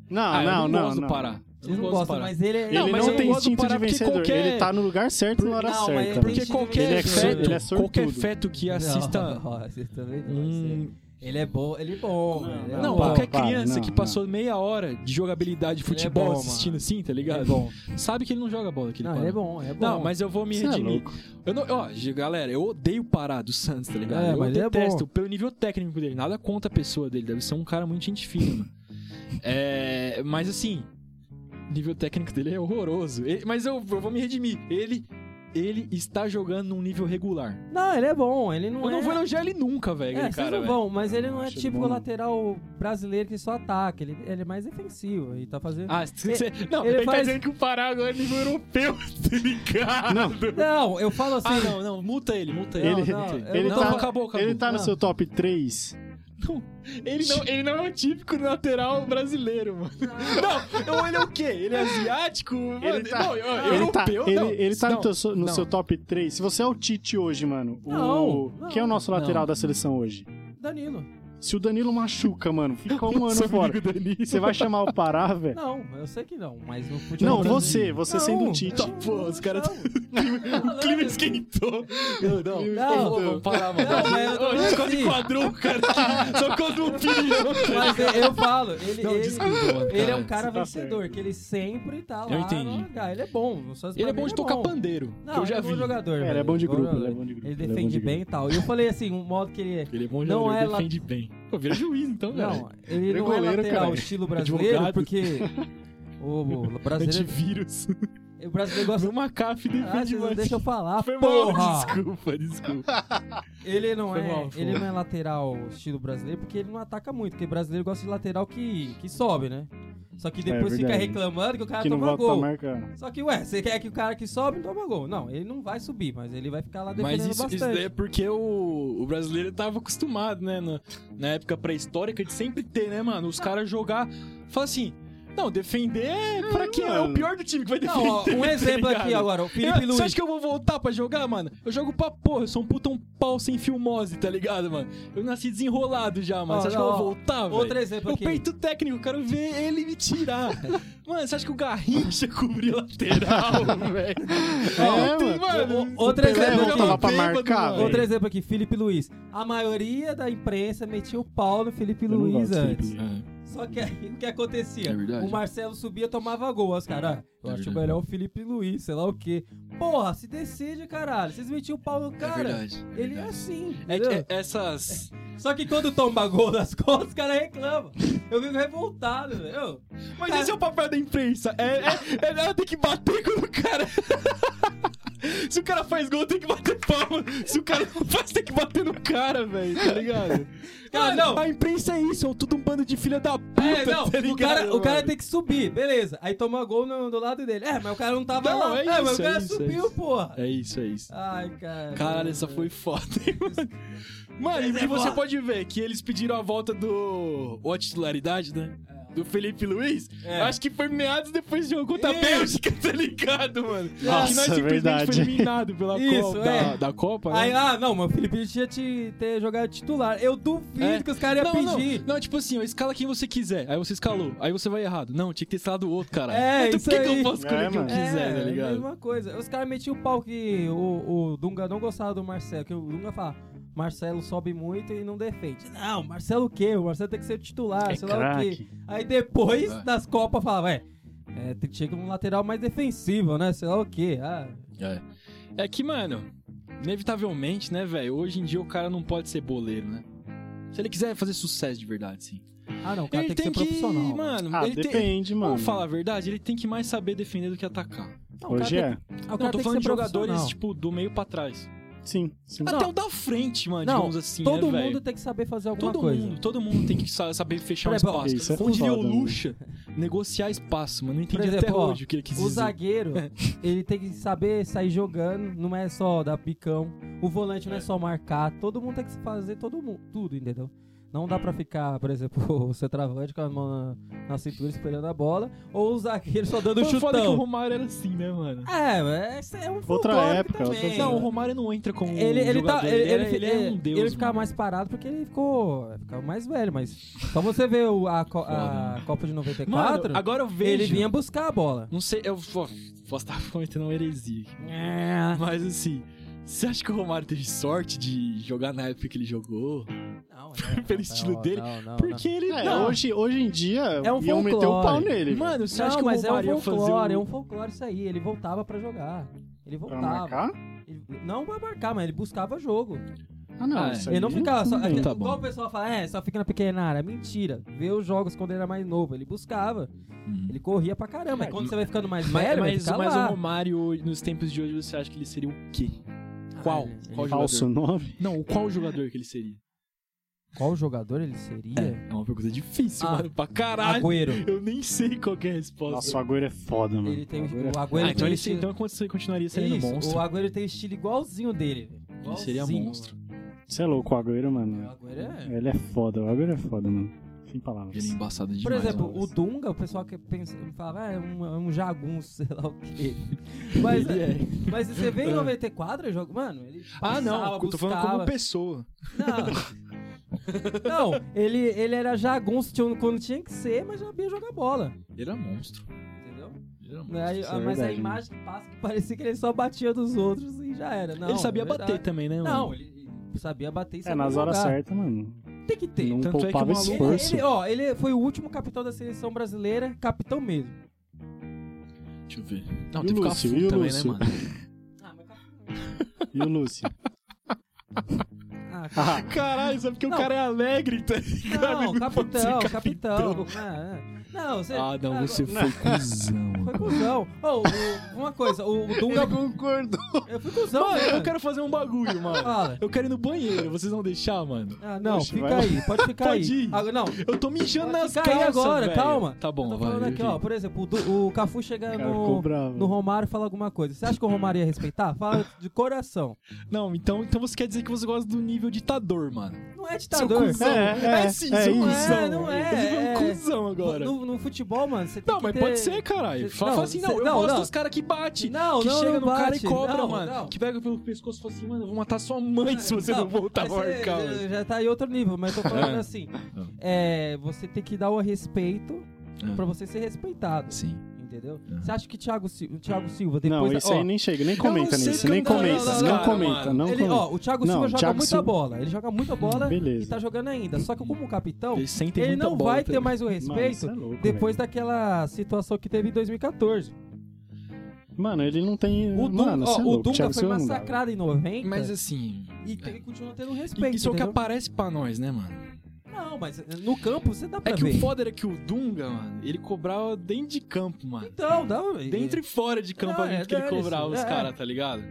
S8: Não,
S6: Ah, eu
S8: não, não.
S6: gosto do
S8: não.
S6: Pará. Eu
S7: Vocês não
S6: gosto do
S7: gostam,
S6: Pará.
S7: mas ele é.
S8: Ele
S6: Não,
S8: não,
S6: mas eu
S8: tem
S6: gosto do
S8: instinto
S6: Pará
S8: de
S6: porque
S8: vencedor.
S6: qualquer-
S8: Ele tá no lugar certo na hora
S7: Não, mas
S8: certa.
S7: ele
S8: velho.
S6: Porque qualquer
S8: Ele é
S6: feto,
S8: sortudo, ele é sortudo.
S6: qualquer feto que assista.
S7: Não, você também não vai ser.
S6: Hum,
S7: Ele é bom, ele é bom. velho, ele é
S6: não,
S7: bom.
S6: qualquer
S8: para,
S6: criança
S8: não,
S6: que
S8: não.
S6: passou meia hora de jogabilidade de
S7: Ele é
S6: futebol
S7: bom,
S6: assistindo
S7: mano.
S6: assim, tá
S7: Ele é
S6: ligado?
S7: bom.
S6: Sabe que ele não joga bola, aquele
S7: Não,
S6: Pará.
S7: ele é bom, ele é bom.
S6: Não, mas eu vou me
S8: Você é
S6: redimir.
S8: louco.
S6: eu não, ó, gi- galera, eu odeio o Pará do Santos, tá ligado?
S7: É,
S6: eu
S7: mas ele é
S6: detesto
S7: bom.
S6: pelo nível técnico dele. Nada contra a pessoa dele, deve ser um cara muito gente fina, mano. É, mas assim, o nível técnico dele é horroroso. Ele- mas eu, eu vou me redimir. Ele, ele está jogando num nível regular.
S7: Não, ele é bom, ele não
S6: Eu
S7: é.
S6: não vou elogiar ele nunca, velho.
S7: É,
S6: aquele
S7: vocês
S6: cara,
S7: não
S6: velho.
S7: vão, mas ele não é
S8: Acho ele
S7: tipo
S8: bom, não.
S7: lateral brasileiro que só ataca, ele, ele é mais defensivo e tá fazendo.
S6: Ah, se você- não,
S7: ele
S6: ele, tá
S7: faz-
S6: dizendo que o Pará agora é nível europeu, tá ligado?
S8: Não.
S7: Não, eu falo assim.
S6: Ah, não, não, multa ele, multa ele.
S8: Ele-
S7: não, é- eu
S8: ele
S6: não,
S8: tá-
S6: acabou, acabou. Ah.
S8: Ele tá no
S7: Não.
S8: seu top 3.
S6: Ele não, ele não é o típico lateral brasileiro, mano. Não, eu- ele é o quê? Ele é asiático? Mano,
S8: Ele tá,
S6: não, eu-
S8: ele tá,
S6: europeu,
S8: ele,
S6: não.
S8: ele tá no,
S6: Não,
S8: teu so- no
S6: não.
S8: seu top 3. Se você é o Tite hoje, mano, o-
S7: Não, não.
S8: quem é o nosso lateral
S7: Não.
S8: da seleção hoje?
S7: Danilo.
S8: Se o Danilo machuca, mano, fica um
S6: Seu
S8: ano fora.
S6: amigo Danilo.
S8: Você vai chamar o Pará, velho?
S7: Não, eu sei que não, mas no futebol.
S8: Não, você, você
S7: Não. Então,
S8: sendo o Tite.
S6: Tá, pô, os caras.
S7: Não,
S6: o clima esquentou. Não, não.
S7: Não.
S6: Ô, vamos parar, mano.
S7: Não, mas eu tô
S6: Ô, a gente quase
S7: assim.
S6: enquadrou o cara aqui. Só quadrou um filho.
S7: Mas eu, eu falo, ele,
S6: Não,
S7: ele,
S6: desculpa, mano,
S7: é um ele é
S6: cara.
S7: um cara
S8: Você tá
S7: vencedor, que ele sempre tá lá.
S6: entendi.
S7: No lugar. Ele é bom. Não só
S6: Ele é bom de tocar pandeiro. que
S7: Não,
S6: eu já
S7: ele é
S6: vi.
S7: bom jogador.
S8: É, ele
S7: velho,
S8: é bom de grupo,
S7: jogador.
S8: ele é bom de grupo,
S7: Ele
S8: ele é bom
S7: defende
S8: de
S7: bem e
S8: grupo.
S7: tal. E eu falei assim, um modo que ele.
S6: Ele é bom
S7: Não
S6: jogador,
S7: é
S6: ele
S7: la-
S6: defende bem. Pô, vira juiz então,
S7: Não,
S6: velho.
S7: ele
S8: Ele é
S7: não
S8: goleiro,
S7: é lateral
S8: cara.
S7: estilo brasileiro,
S6: Advogado.
S7: porque o, o brasileiro,
S6: Antivírus.
S7: o brasileiro gosta
S6: O Macaf
S7: Ah,
S6: defende
S7: vocês não
S6: mais.
S7: deixam eu falar,
S6: Foi mal,
S7: porra!
S6: desculpa, desculpa.
S7: Ele não,
S6: Foi
S7: é,
S6: mal, foi
S7: ele
S6: mal.
S7: não é lateral estilo brasileiro porque ele não ataca muito, porque brasileiro gosta de lateral que, que sobe, né? Só que depois fica
S8: É verdade.
S7: reclamando que o cara
S8: Que não
S7: toma
S8: volta pra
S7: gol.
S8: marcar.
S7: Só que, ué, você quer que o cara que sobe toma gol. Não, ele não vai subir, mas ele vai ficar lá defendendo
S6: Mas isso, isso
S7: bastante.
S6: é porque o, o brasileiro tava acostumado, né? Na, na época pré-histórica de sempre ter, né, mano? Os caras jogar. Fala assim. Não, defender é pra quê? É o
S8: mano.
S6: pior do time que vai defender.
S7: Hum, Não, ó, um
S6: tá
S7: exemplo aqui
S6: ligado?
S7: agora, o Felipe
S6: Eu,
S7: Luiz.
S6: você acha que eu vou voltar pra jogar, mano? Eu jogo pra porra, eu sou um puta um pau sem filmose, tá ligado, mano? Eu nasci desenrolado já, mano.
S7: Ó,
S6: você acha
S7: não,
S6: que eu vou
S7: ó,
S6: voltar, velho?
S7: Outro exemplo
S6: O
S7: Tipo aqui.
S6: peito técnico, eu quero ver ele me tirar. mano, você acha que o Garrincha cobriu lateral, velho?
S8: É,
S6: Ontem,
S7: o- outro
S6: Pelé
S7: exemplo
S6: jogava
S7: aqui.
S8: Pra
S6: bêbado,
S8: marcar,
S6: mano.
S8: velho.
S7: Outro exemplo aqui, Felipe Luiz. A maioria da imprensa metia o pau no Felipe
S8: Eu não
S7: Luiz
S8: gosto do Felipe
S7: antes.
S8: Luiz.
S7: Só que aí o que acontecia?
S6: É verdade.
S7: o Marcelo subia tomava gol. Os caras, ah, eu
S6: É
S7: acho
S6: verdade.
S7: melhor o Felipe Luiz, sei lá o quê. Porra, se decide, caralho. Vocês metiam o pau no
S6: É
S7: cara.
S6: verdade.
S7: ele é assim.
S6: É
S7: entendeu?
S6: que é- essas.
S7: Só que quando toma gol nas costas, os caras reclamam. Eu fico revoltado, velho.
S6: Mas esse é o papel da imprensa. É, é- é- ela tem que bater quando o cara. Se o cara faz gol, tem que bater palma. Se o cara não faz, tem que bater no cara, velho. Tá ligado? Mano,
S7: Cara, não.
S6: A imprensa é isso, é tudo um bando de filha da puta.
S7: É, não,
S6: tá
S7: o,
S6: ligado,
S7: cara, o cara
S6: mano?
S7: tem que subir, beleza. Aí toma gol no- do lado dele. É, mas o cara não tava
S6: Não,
S7: lá.
S6: é
S7: mas
S6: isso,
S7: o
S6: é
S7: cara
S6: isso, é
S7: subiu,
S6: isso.
S7: porra.
S6: É isso, é isso.
S7: Ai, cara.
S6: Caralho, essa foi foda, hein, mano. Mano, e
S7: é
S6: e você pode ver que eles pediram a volta do. Ou a titularidade, né? Do Felipe Luiz.
S7: É.
S6: Acho que foi meados depois do jogo contra a
S7: Isso.
S6: Bélgica, tá ligado, mano?
S8: Nossa,
S6: que nós simplesmente
S8: verdade.
S6: foi eliminado pela
S7: Isso,
S6: Copa.
S7: é.
S6: Da, da Copa, né?
S7: Aí, ah, não, mas o Felipe tinha te ter jogado titular. Eu duvido
S6: É.
S7: que os caras iam
S6: não, não,
S7: pedir.
S6: não, tipo assim, ó, escala quem você quiser. Aí você escalou, aí você vai errado. Não, tinha que ter escalado o outro, cara.
S7: É,
S6: então,
S7: isso
S6: por que que
S7: aí.
S6: eu posso escolher
S8: É,
S6: quem eu
S8: mano.
S6: quiser, tá
S7: É, a
S6: ligado?
S7: mesma coisa. Os caras metiam o pau que o, o Dunga não gostava do Marcelo, que o Dunga fala, Marcelo sobe muito e não defende. Não, Marcelo o quê? O Marcelo tem que ser titular, sei lá o quê.
S8: É craque.
S7: Aí depois
S6: É.
S7: das Copas falava, é, é, tem que chegar um lateral mais defensivo, né? Sei lá o quê. Ah,
S6: É. É que, mano, inevitavelmente, né, velho? Hoje em dia o cara não pode ser boleiro, né? Se ele quiser fazer sucesso de verdade, sim.
S7: ah, não, o cara
S6: ele
S7: tem que ser profissional.
S6: mano,
S8: Ah,
S6: ele tem-
S8: depende, mano.
S6: Vamos falar a verdade, ele tem que mais saber defender do que atacar.
S7: Não, o cara
S8: Hoje
S7: tem- ah,
S8: é?
S7: o
S6: não,
S7: cara
S6: tô
S7: tem que
S6: falando
S7: ser
S6: de jogadores,
S7: profissional.
S6: tipo, do meio pra trás.
S8: Sim, sim.
S6: Até
S7: um
S6: o da frente, mano,
S7: Não,
S6: digamos assim,
S7: todo
S6: né, velho?
S7: mundo tem que saber fazer alguma
S6: Todo
S7: coisa.
S6: mundo, todo mundo tem que sa- saber fechar um
S7: Por exemplo,
S6: espaço.
S8: Isso é
S6: Como diria o
S8: foda, mano.
S6: Lucha, negociar espaço, mano. Não
S7: Por
S6: entendi até
S7: exemplo, ó,
S6: hoje o que ele quis
S7: O
S6: dizer.
S7: zagueiro, ele tem que saber sair jogando, não é só dar picão. O volante não é,
S6: É.
S7: só marcar. Todo mundo tem que fazer todo mundo, tudo, entendeu? Não dá pra ficar, por exemplo, o centroavante com a mão na, na cintura esperando a bola, ou o zagueiro só dando
S6: Mas o foda é que o
S7: chutão.
S6: Romário era assim, né, mano?
S7: É, mas esse é um
S8: Outra
S7: folclore
S8: época,
S7: também.
S8: outra-
S6: Não, o Romário não entra como
S7: ele, ele,
S6: jogador.
S7: tá, ele, ele,
S6: era- ele é um deus,
S7: ele ficava
S6: mano.
S7: mais parado porque ele ficou, ficava mais velho, mas só você ver o- a, co- a
S6: Foda, mano.
S7: Copa de 94,
S6: Mano, agora eu vejo...
S7: ele vinha buscar a bola.
S6: Não sei, eu ó, posso estar cometendo uma então heresia aqui.
S7: É.
S6: Mas assim, você acha que o Romário teve sorte de jogar na época que ele jogou?
S7: Não,
S6: Pelo estilo dele,
S7: Não, não,
S6: Porque ele.
S8: É,
S6: não,
S8: hoje, hoje em dia,
S7: É um
S8: iam meter o pau
S7: folclore.
S8: nele. velho.
S6: Mano, você
S7: não,
S6: acha que o
S7: mas é um
S6: Romário ia fazer.
S7: folclore, é
S6: o-
S7: um folclore isso aí. Ele voltava pra jogar. Ele
S8: Pra
S7: voltava.
S8: marcar?
S7: Ele- não pra marcar, mas ele buscava jogo.
S8: Ah, não.
S6: Ah, é.
S8: isso
S7: Ele não
S8: aí-
S7: ficava só.
S6: Então tá
S7: igual
S6: bom.
S7: o pessoal fala, é, só fica na pequena área. Mentira. Vê os jogos quando ele era mais novo. Ele buscava. Ele corria pra caramba.
S8: É,
S7: Aí quando você vai ficando mais
S6: Hum. Mas,
S7: velho, vai
S6: mas,
S7: ficar
S6: mas o
S7: lá.
S6: Romário, nos tempos de hoje, você acha que ele seria o quê? Qual?
S7: Ah, ele-
S6: qual
S8: Falso
S6: jogador?
S8: nome?
S6: Não, qual jogador que ele seria?
S7: Qual jogador ele seria?
S6: É uma pergunta difícil,
S7: Ah,
S6: mano. Pra caralho.
S7: Agüero.
S6: Eu nem sei qual que é a
S8: Nossa,
S6: resposta.
S8: o Agüero é foda, mano.
S7: Ele tem o
S8: Agüero é
S7: o Agüero
S6: Hum. ah, então
S7: tem
S6: ele,
S7: estilo-
S6: então ele continuaria sendo
S7: Isso,
S6: monstro.
S7: O Agüero tem estilo igualzinho dele. velho.
S6: Ele seria
S7: Igualzinho.
S6: monstro. né?
S8: Você é louco, o Agüero,
S7: um- O
S8: mano.
S7: Agüero é.
S8: Ele é foda, o Agüero é foda, mano. Sem palavras.
S6: Ele é embaçado demais.
S7: Por exemplo,
S6: mano.
S7: o Dunga, o pessoal que pensa, falava, ah, é um, é um jagunço, sei lá o quê. Mas,
S6: Ele é.
S7: mas você vê em 94, jogo, mano, ele
S6: Ah, não.
S7: passava,
S6: eu tô falando
S7: buscava.
S6: como pessoa.
S7: Não. Não, ele, ele era jagunço tinha- um, quando tinha que ser, mas sabia jogar bola.
S6: Ele era monstro.
S7: Entendeu?
S6: Ele era monstro.
S7: Né, aí-
S8: isso é
S7: ah, mas a
S8: verdade, né?
S7: imagem que passa que parecia que ele só batia dos outros e já era. Não,
S6: ele sabia
S7: é
S6: bater
S7: verdade.
S6: também, né?
S7: Não,
S6: mano?
S7: ele ele sabia bater e
S8: É,
S7: sabia
S8: nas horas
S7: jogar.
S8: certas, mano.
S7: Tem que ter.
S8: Não
S6: tanto é que o
S8: poupava
S6: maluco-
S7: Ele,
S8: esforço.
S7: ele- ó, ele foi o último capitão da seleção brasileira, capitão mesmo.
S6: Deixa eu ver. Não, tem
S8: E o
S6: que ficar
S8: Lúcio?
S6: full
S8: E o
S6: também, né,
S8: Lúcio?
S6: mano?
S7: Ah, mas capitão.
S8: E o Lúcio?
S7: Ah,
S8: Ah,
S6: Caralho, só porque
S7: Não.
S6: é alegre, tá ligado?
S7: Não,
S6: Ele
S7: capitão,
S6: pode ser
S7: capitão. Ah, é. Não, você.
S6: Ah, não,
S7: agora-
S6: você foi cuzão.
S7: Foi cuzão. Ô, o- uma coisa, o, o Dunga.
S8: concordou.
S7: Eu fui cuzão,
S6: Mano,
S7: né?
S6: eu quero fazer um bagulho, mano.
S7: Fala.
S6: Eu quero ir no banheiro, vocês vão deixar, mano?
S7: Ah, não,
S8: Oxe,
S7: fica
S8: vai lá.
S7: aí, pode ficar
S6: Pode
S7: aí.
S6: ir.
S7: Ah, não,
S6: Eu tô mijando
S7: pode
S6: nas
S7: ficar
S6: calças,
S7: aí agora,
S6: velho.
S7: calma.
S6: Tá bom,
S7: eu tô
S6: vai.
S7: falando
S6: eu
S7: aqui,
S6: vi.
S7: ó, por exemplo, o, Du- o Cafu chega
S8: Cara, ficou
S7: no,
S8: bravo.
S7: no Romário e fala alguma coisa. Você acha que o Romário ia respeitar? Fala de coração.
S6: Não, então, então você quer dizer que você gosta do nível ditador, mano.
S7: Não é ditador.
S6: Seu cuzão.
S8: É, é,
S6: sim,
S8: é
S6: seu
S8: isso.
S6: cuzão.
S7: Não é,
S6: Você foi um
S7: é.
S6: cuzão agora.
S7: No, no futebol, mano, você tem
S6: Não,
S7: que
S6: mas
S7: ter-
S6: pode ser, caralho.
S7: Cê-
S6: Fala
S7: não,
S6: assim,
S7: cê-
S6: não, eu
S7: não,
S6: gosto
S7: não.
S6: dos caras que bate.
S7: Não,
S6: que
S7: não,
S6: chega
S7: não
S6: no cara e
S7: bate.
S6: cobra,
S7: Não,
S6: mano.
S7: não.
S6: Que pega pelo pescoço e fala assim, mano, eu vou matar sua mãe se você não, voltar
S7: mas
S6: pra
S7: cê-
S6: marcar.
S7: eh, Já tá em outro nível, mas eu tô falando assim. É, você tem que dar o respeito
S6: É.
S7: pra você ser respeitado.
S6: Sim.
S7: Entendeu?
S6: É.
S7: Você acha que Thiago, Sil- o Thiago Silva depois.
S8: Não,
S7: da-
S8: esse aí
S7: ó,
S8: nem chega, nem comenta
S6: não sei
S8: nisso,
S6: como-
S8: nem
S6: não, não,
S8: comenta,
S6: não,
S8: não
S6: cara,
S8: comenta,
S6: mano.
S8: não
S7: ele, ó,
S8: comenta.
S7: o Thiago
S8: Não,
S7: Silva joga
S8: Thiago
S7: muita
S8: Silva-
S7: bola. Ele joga muita bola e
S8: Beleza.
S7: tá jogando ainda. Só que como capitão,
S6: Ele sentem
S7: ele
S6: muita né?
S7: não
S6: bola
S7: vai
S6: também.
S7: ter mais o
S8: Mano,
S7: respeito
S8: isso é louco,
S7: depois daquela situação que teve em 2014.
S8: velho. Mano, ele não tem.
S7: O, Dun-
S8: mano,
S7: ó,
S8: isso é
S7: o
S8: louco,
S7: Dunga
S8: Thiago
S7: foi
S8: Silva não dá,
S7: massacrado em 90
S6: Mas assim.
S7: e, te- e continua tendo
S6: e-
S7: respeito.
S6: Isso é o que
S7: entendeu?
S6: aparece pra nós, né, mano?
S7: Não, mas no campo você dá pra
S6: É que
S7: ver.
S6: o foda era que o Dunga, mano, ele cobrava dentro de campo, mano.
S7: Então, dá
S6: Dentro e fora de campo
S7: Não,
S6: a gente
S7: é,
S6: que ele
S7: dane-se,
S6: cobrava os
S7: é.
S6: caras, tá ligado?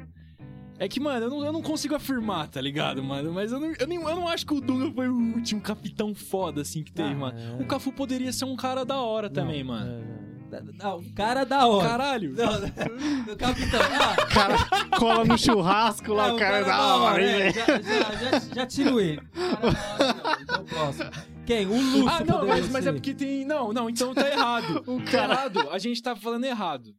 S6: É que, mano, eu não, eu não consigo afirmar, tá ligado, mano? Mas eu não, eu, nem- eu não acho que o Dunga foi o último capitão foda, assim, que teve,
S7: Ah,
S6: mano.
S7: é.
S6: O Cafu poderia ser um cara da hora também, mano.
S7: Não, o cara é da hora.
S6: Caralho!
S7: Não, não, o capitão. Ah,
S8: velho. Cola no churrasco lá,
S7: não,
S8: o cara é da hora, hein,
S7: é,
S8: velho.
S7: já, já, já, já tiro ele. Cara é da hora, não, então próximo. Quem? O Lúcio.
S6: Ah, não,
S7: poderia
S6: mas, mas é
S7: ser.
S6: porque tem. Não, não, então tá errado. o errado, a gente tá falando errado.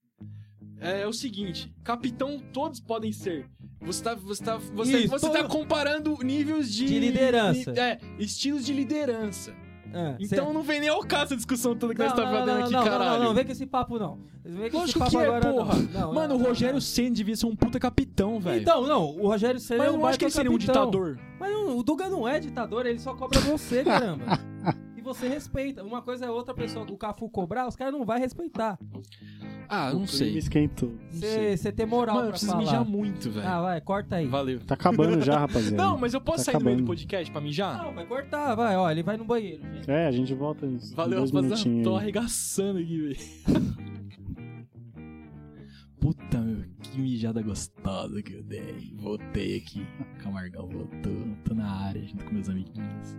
S6: É, é o seguinte, capitão todos podem ser. Você tá, você tá, você,
S7: Isso,
S6: você tá
S7: todo-
S6: comparando níveis de,
S7: De liderança.
S6: de- é, estilos de liderança.
S7: Ah, cê-
S6: Então não vem nem ao caso essa discussão toda que
S7: Não,
S6: nós tá
S7: não,
S6: fazendo
S7: não,
S6: aqui,
S7: não,
S6: caralho.
S7: Não, não, não, vem com esse papo, não. Vem com
S6: Lógico
S7: esse papo
S6: que é,
S7: agora, não.
S6: porra.
S7: Não,
S6: Mano,
S7: não,
S6: o
S7: não,
S6: Rogério Senna devia ser um puta capitão,
S7: não.
S6: velho.
S7: Então, não, o Rogério Senna
S6: mas
S7: é
S6: eu
S7: um
S6: não acho que ele
S7: baita
S6: seria um
S7: capitão.
S6: ditador.
S7: Mas não, o Duga não é ditador, ele só cobra você, caramba. E você respeita. Uma coisa é outra pessoa, o Cafu cobrar, os caras não vão respeitar.
S6: Ah,
S8: O clima esquentou.
S6: sei.
S7: Você tem moral
S6: Mano, eu
S7: pra
S6: preciso
S7: falar.
S6: mijar muito, velho.
S7: Ah, vai, corta aí.
S6: Valeu.
S8: Tá acabando já, rapaziada.
S6: Não, mas eu posso
S8: Tá
S6: sair no meio do
S8: acabando.
S6: podcast pra mijar?
S7: Não, vai cortar, vai, ó, ele vai no banheiro, gente.
S8: É, a gente volta uns
S6: Valeu,
S8: dois
S6: rapaziada. Tô né,
S8: minutinhos. aí.
S6: arregaçando aqui, velho. Puta, meu, que mijada gostosa que eu dei. Voltei aqui. Camargão voltou. Tô na área junto com meus amiguinhos.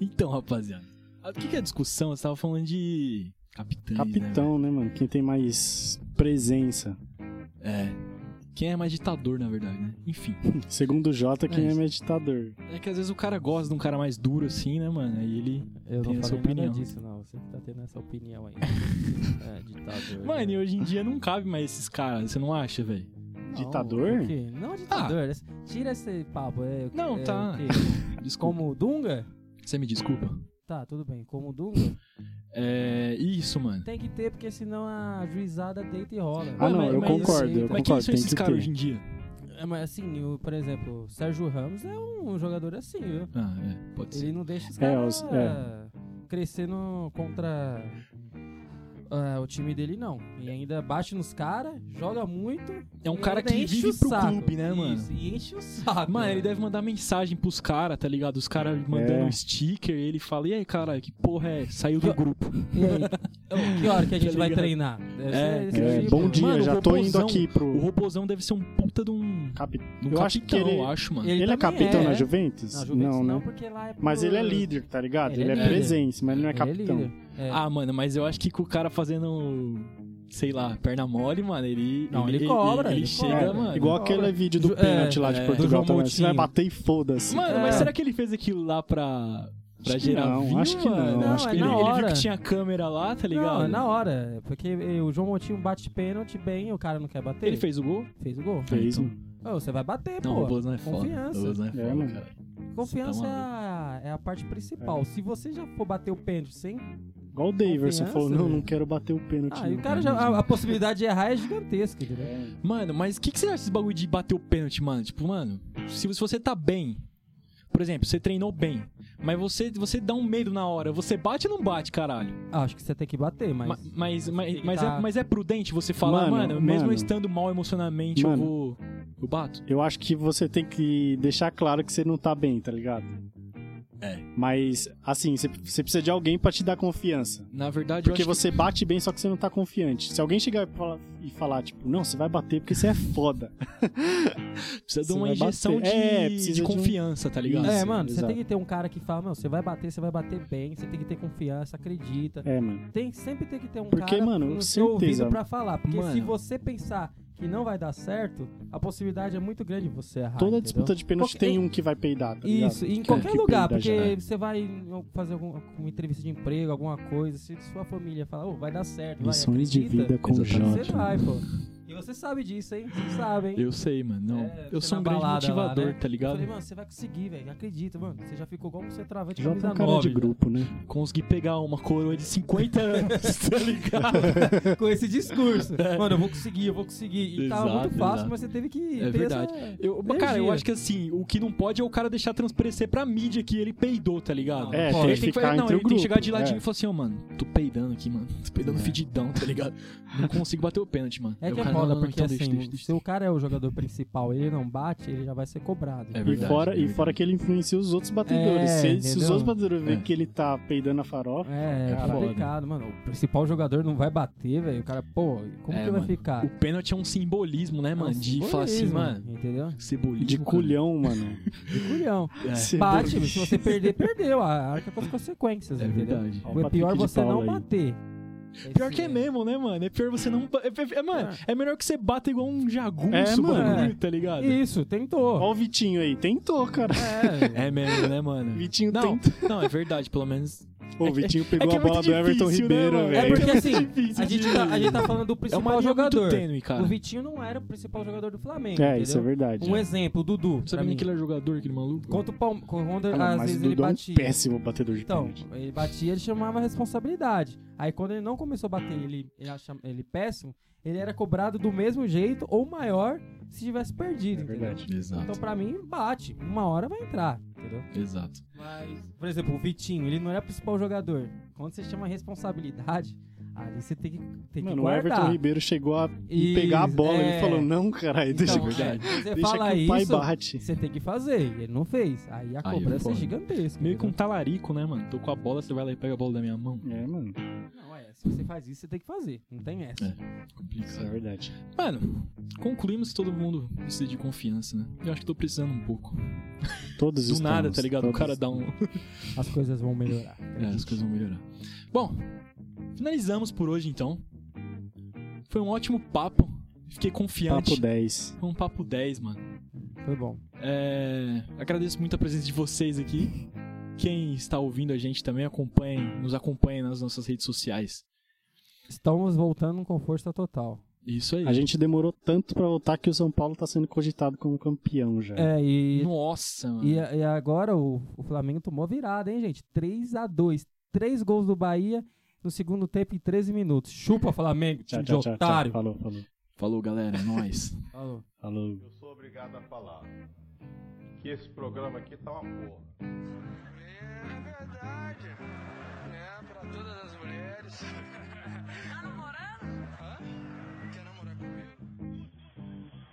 S6: Então, rapaziada, o que, que é a discussão? Você tava falando de. Capitães, Né,
S8: Capitão, né, mano? Quem tem mais presença.
S6: velho? é. Quem é mais ditador, na verdade, né? Enfim.
S8: Segundo o Jota, quem
S6: É
S8: é,
S6: isso.
S8: meditador.
S6: É que às vezes o cara gosta de um cara mais duro assim, né, mano? Aí ele.
S7: Eu
S6: Tem
S7: não
S6: essa
S7: falei
S6: opinião.
S7: nada disso, não. Você que tá tendo essa opinião aí. é, ditador.
S6: Mano, e
S7: né?
S6: hoje em dia não cabe mais esses caras, você não acha, velho?
S7: Não, é
S8: ditador?
S7: o quê? Não, ditador. esse- Tira esse papo. É,
S6: Ah. Não,
S7: é,
S6: tá.
S7: o quê?
S6: Desculpa.
S7: Como Dunga?
S6: Você me desculpa?
S7: Tá, tudo bem. Como Dunga?
S6: É. Isso, mano.
S7: Tem que ter, porque senão a juizada deita e rola.
S8: Ah, não,
S6: mas-
S8: eu
S6: mas-
S8: concordo, eu
S6: Como é
S8: concordo,
S6: que são
S8: tem
S6: esses
S8: que
S6: caras
S8: ter.
S6: hoje em dia?
S7: É, mas assim, o, por exemplo, o Sérgio Ramos é um jogador assim, viu?
S6: Ah, é, pode ser.
S7: Ele não deixa os
S8: É,
S7: caras
S8: os- é.
S7: crescendo contra ah, o time dele, não. E ainda bate nos caras, joga muito.
S6: É um
S7: e
S6: cara
S7: ainda
S6: que
S7: enche
S6: vive
S7: o
S6: pro
S7: saco.
S6: clube, né, mano?
S7: Isso, e enche o saco.
S6: Mano, ele deve mandar mensagem pros caras, tá ligado? Os caras mandando
S8: É.
S6: um sticker, ele fala, e aí, caralho, que porra é? Saiu do grupo.
S7: E aí? Ô, que hora que a gente
S6: Tá
S7: vai
S6: ligado?
S7: treinar? Deve
S6: É,
S7: ser esse
S8: É,
S7: tipo.
S8: bom dia,
S6: Mano, o
S8: já tô indo
S6: robozão-
S8: aqui
S6: O
S8: pro.
S6: robozão deve ser um puta de um.
S8: Capi...
S6: de um
S8: Eu
S6: capitão,
S8: acho que ele-
S6: eu acho, mano.
S7: Ele
S8: Ele é
S7: também
S8: capitão
S7: é,
S8: na
S7: é.
S8: Juventus?
S7: Não, Juventus não,
S8: né?
S7: porque lá é
S8: Mas ele é
S7: por-
S8: líder, tá ligado?
S7: Ele
S8: Ele,
S7: é
S8: é,
S7: líder.
S8: presença, mas ele não é
S7: Ele é
S8: capitão.
S7: líder. É.
S6: Ah, mano, mas eu acho que com o cara fazendo. Sei lá, perna mole, mano, ele.
S7: Não, ele cobra,
S6: Ele,
S7: ele
S6: chega,
S7: cobra.
S6: mano.
S8: Igual
S7: Não,
S8: aquele
S7: olha.
S8: vídeo do
S7: Ju-
S8: pênalti
S7: é,
S8: lá
S6: é.
S8: de
S7: Do João
S8: Portugal também. Você vai
S7: Moutinho.
S8: bater e foda-se.
S6: Mano, mas
S7: É.
S6: será que ele fez aquilo lá pra. Pra
S8: Acho que
S6: gerar
S8: não,
S6: view,
S8: acho que não,
S6: mano?
S7: acho que
S6: ele,
S7: não.
S6: ele viu
S7: Hora.
S6: que tinha câmera lá, tá ligado?
S7: Não, é na hora. Porque eh, o João Montinho bate pênalti bem, o cara não quer bater.
S6: Ele fez o gol?
S7: Fez o gol.
S8: Fez, um-
S6: Então,
S8: mano.
S7: Ô, você vai bater,
S6: Não, o
S7: pô.
S6: Robozão é foda.
S7: confiança.
S6: O Robozão é foda,
S8: É, mano.
S6: cara.
S7: Confiança
S6: Você
S7: é
S6: tá
S7: a- é, é a parte principal. Se você já for bater o pênalti sem.
S8: Igual o Daverson
S7: Confiança,
S8: falou, não,
S7: né?
S8: não quero bater o pênalti.
S7: Ah, e
S8: não.
S7: o cara já. A, a possibilidade de errar é gigantesca, entendeu?
S8: É,
S6: Mano, mas o que, que você acha desse bagulho de bater o pênalti, mano? Tipo, mano, se se você tá bem. Por exemplo, você treinou bem, mas você, você dá um medo na hora. Você bate ou não bate, caralho?
S7: Ah, acho que você tem que bater, mas.
S6: Ma- Mas, mas,
S7: tem que
S6: mas,
S7: tá-
S6: é, mas é prudente você falar,
S8: Mano,
S6: mano, mesmo
S8: mano.
S6: eu estando mal emocionalmente,
S8: Mano.
S6: eu vou. Eu bato?
S7: Ah.
S8: Eu acho que você tem que deixar claro que você não tá bem, tá ligado?
S6: É.
S8: Mas, assim, você- você precisa de alguém pra te dar confiança.
S6: Na verdade,
S8: Porque
S6: eu acho
S8: você bate bem, só que você não tá confiante. Se alguém chegar e falar- e falar, tipo, não, você vai bater porque você é foda.
S6: que precisa de
S8: você
S6: uma
S8: vai
S6: injeção de,
S8: bater. É, precisa
S6: de
S8: de um-
S6: confiança, tá ligado?
S7: É,
S8: Isso,
S7: mano, você
S8: exato.
S7: tem que ter um cara que fala, meu, você vai bater, você vai bater bem, você tem que ter confiança, acredita.
S8: É, mano.
S7: Tem, sempre tem que ter um
S8: Porque,
S7: cara
S8: mano,
S7: no seu
S8: certeza.
S7: ouvido pra falar. Porque se
S6: Mano.
S7: você pensar que não vai dar certo, a possibilidade é muito grande de você errar.
S8: Toda
S7: entendeu?
S8: disputa de pênalti
S7: Porque-
S8: tem um que vai peidar, tá ligado?
S7: Isso, e em
S8: Que-
S7: qualquer
S8: que
S7: lugar,
S8: peida
S7: porque
S8: já.
S7: você vai fazer algum- uma entrevista de emprego, alguma coisa, se sua família falar, "Ô, vai dar certo, vai,
S8: Lições de
S7: acredita",
S8: vida é com o
S7: Você
S8: Jorge.
S7: vai, pô. E você sabe disso, hein? Você sabe, hein?
S6: Eu sei, mano. Não.
S7: É,
S6: eu
S7: você
S6: sou um
S7: na
S6: grande
S7: balada lá,
S6: motivador,
S7: né?
S6: tá
S7: Eu
S6: ligado?
S7: falei, mano, você vai conseguir, velho. Acredita, mano. Você já ficou igual um centroavante
S8: Já
S7: camisa
S8: tá um cara de
S7: nove,
S8: grupo, né?
S6: Consegui pegar uma coroa de 50 anos, tá ligado?
S7: né? Com esse discurso. Mano, eu vou conseguir, eu vou conseguir. E tava
S6: É. Exato,
S7: muito fácil,
S6: exato.
S7: mas você teve que.
S6: É
S7: ter
S6: verdade.
S7: essa-
S6: Eu, mas, cara, eu
S7: Energia.
S6: acho que assim, o que não pode é o cara deixar transparecer pra mídia que ele peidou, tá ligado?
S7: Não,
S8: É,
S7: pode.
S8: tem
S6: Ele
S8: que
S6: tem que,
S8: ficar
S6: falar- não,
S8: entre
S6: ele
S8: o grupo.
S6: tem que chegar de ladinho
S8: é.
S6: e falar assim, ó, mano, tô peidando aqui, mano. Tô peidando fedidão, tá ligado? Não consigo bater o pênalti, mano.
S7: É
S6: Aí o
S7: que é
S6: cara, não,
S7: foda,
S6: não, não,
S7: porque
S6: então
S7: assim,
S6: deixa, deixa, deixa.
S7: se o cara é o jogador principal ele não bate, ele já vai ser cobrado.
S6: É
S8: E
S6: verdade,
S8: fora,
S6: é
S8: e
S6: verdade.
S8: fora que ele influencia os outros batedores.
S7: É,
S8: se, se os
S7: entendeu?
S8: outros batedores verem
S6: É.
S8: que ele tá peidando a farofa,
S7: É, é
S8: Caralho.
S7: complicado, mano. O principal jogador não vai bater, velho. O cara, pô, como
S6: É,
S7: que vai
S6: mano.
S7: ficar?
S6: O pênalti é um simbolismo, né, mano?
S7: É um
S6: de falar assim,
S7: simbolismo,
S6: mano,
S7: Entendeu?
S6: simbolismo.
S8: de
S6: cara.
S8: culhão, mano.
S7: De culhão.
S6: É,
S8: Você
S7: Bate,
S8: deu-
S7: se você perder, perdeu. A arca com as consequências,
S6: é
S7: entendeu?
S6: verdade.
S8: Ó,
S7: O
S8: Patrick
S7: pior é
S8: de
S7: você
S8: Paula
S7: não
S8: aí.
S7: bater.
S6: Pior que é mesmo, né, mano? É pior você não. ba- É, é- é- mano, é melhor que você bata igual um
S8: É,
S6: jagunço,
S8: mano.
S6: bagulho, tá ligado?
S7: Isso,
S8: Ó
S7: tentou.
S8: o Vitinho aí, tentou, cara.
S7: É,
S6: É mesmo, né, mano?
S8: Vitinho
S6: Não,
S8: tentou.
S6: não, é verdade, pelo menos.
S8: Ô,
S6: é-
S8: O Vitinho
S6: é
S8: pegou
S6: que é
S8: a bola
S6: muito
S8: do Everton
S6: difícil, né,
S8: Ribeiro,
S6: mano?
S7: é
S8: velho.
S7: porque assim,
S6: difícil
S7: a gente, tá, a gente tá falando do
S6: É uma
S7: principal
S6: linha
S7: jogador.
S6: muito tênue, cara.
S7: O Vitinho não era o principal jogador do Flamengo.
S8: É, isso é
S7: entendeu?
S8: verdade.
S7: Um
S8: é.
S7: exemplo, o Dudu. pra
S6: Sabe
S7: mim.
S6: que ele é jogador, aquele maluco?
S7: Contra o Palmeiras.
S8: Ah, não,
S7: às
S8: mas
S7: vezes
S8: o
S7: ele
S8: Dudu é um
S7: batia.
S8: péssimo batedor de
S7: Então,
S8: pênalti.
S7: ele batia, ele chamava a responsabilidade. Aí quando ele não começou a bater, ele, ele, achava ele péssimo, ele era cobrado do mesmo jeito ou maior se tivesse perdido,
S8: É
S7: entendeu?
S8: verdade.
S6: Exato,
S7: Então pra mim, bate. Uma hora vai entrar, entendeu?
S6: exato.
S7: Mas, por exemplo, o Vitinho, ele não era o principal jogador. Quando você chama responsabilidade, ali você tem que, tem que
S8: Mano, o
S7: guardar.
S8: Everton Ribeiro chegou a
S7: E-
S8: pegar a bola.
S7: é.
S8: Ele falou, não, caralho, deixa,
S7: Então,
S6: verdade.
S7: é, você
S8: deixa
S7: fala
S8: que o
S7: isso,
S8: pai bate.
S7: você tem que fazer. e Ele não fez. Aí a
S6: Aí é
S7: cobrança
S6: foda.
S7: é gigantesca.
S6: Meio que um
S7: entendeu?
S6: talarico, né, mano? Tô com a bola, você vai lá e pega a bola da minha mão.
S8: É, mano,
S7: Não, é, se você faz isso, você tem que fazer. Não tem essa.
S6: É.
S8: isso é
S6: Complicado.
S8: verdade.
S6: Mano, concluímos que todo mundo precisa de confiança, né? Eu acho que tô precisando um pouco.
S8: Todos
S6: Do nada,
S8: estamos,
S6: tá ligado? O
S8: todos.
S6: cara dá um.
S7: As coisas vão melhorar.
S6: É, as coisas vão melhorar. Bom, finalizamos por hoje então. Foi um ótimo papo. Fiquei confiante.
S8: Papo 10.
S6: Foi um papo 10, mano.
S7: Foi bom.
S6: É, agradeço muito a presença de vocês aqui. Quem está ouvindo a gente também acompanhe, nos acompanhe nas nossas redes sociais.
S7: Estamos voltando com força total.
S6: Isso aí.
S8: A gente demorou tanto pra voltar que o São Paulo tá sendo cogitado como campeão já.
S7: É, e,
S6: Nossa, mano.
S7: e, e agora o, o Flamengo tomou a virada, hein, gente? 3 a 2 Três gols do Bahia no segundo tempo em 13 minutos. Chupa, Flamengo,
S8: Tchau,
S7: time
S8: tchau,
S7: de
S8: tchau, tchau.
S7: otário.
S8: Falou, falou.
S6: Falou, galera. É nóis.
S7: Falou.
S8: Falou.
S1: Eu sou obrigado a falar que esse programa aqui tá uma porra.
S2: É verdade. É pra todas as mulheres.
S3: Tá namorando?
S2: Hã? Quer namorar comigo?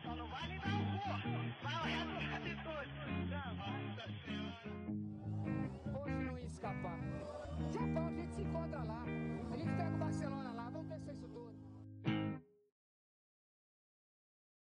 S4: Só não vale dar o corpo. Vai o resto do rato todo. Já basta, senhora.
S5: tá, Hoje não ia escapar. Já bom, a gente se encontra lá. A gente pega o Barcelona lá.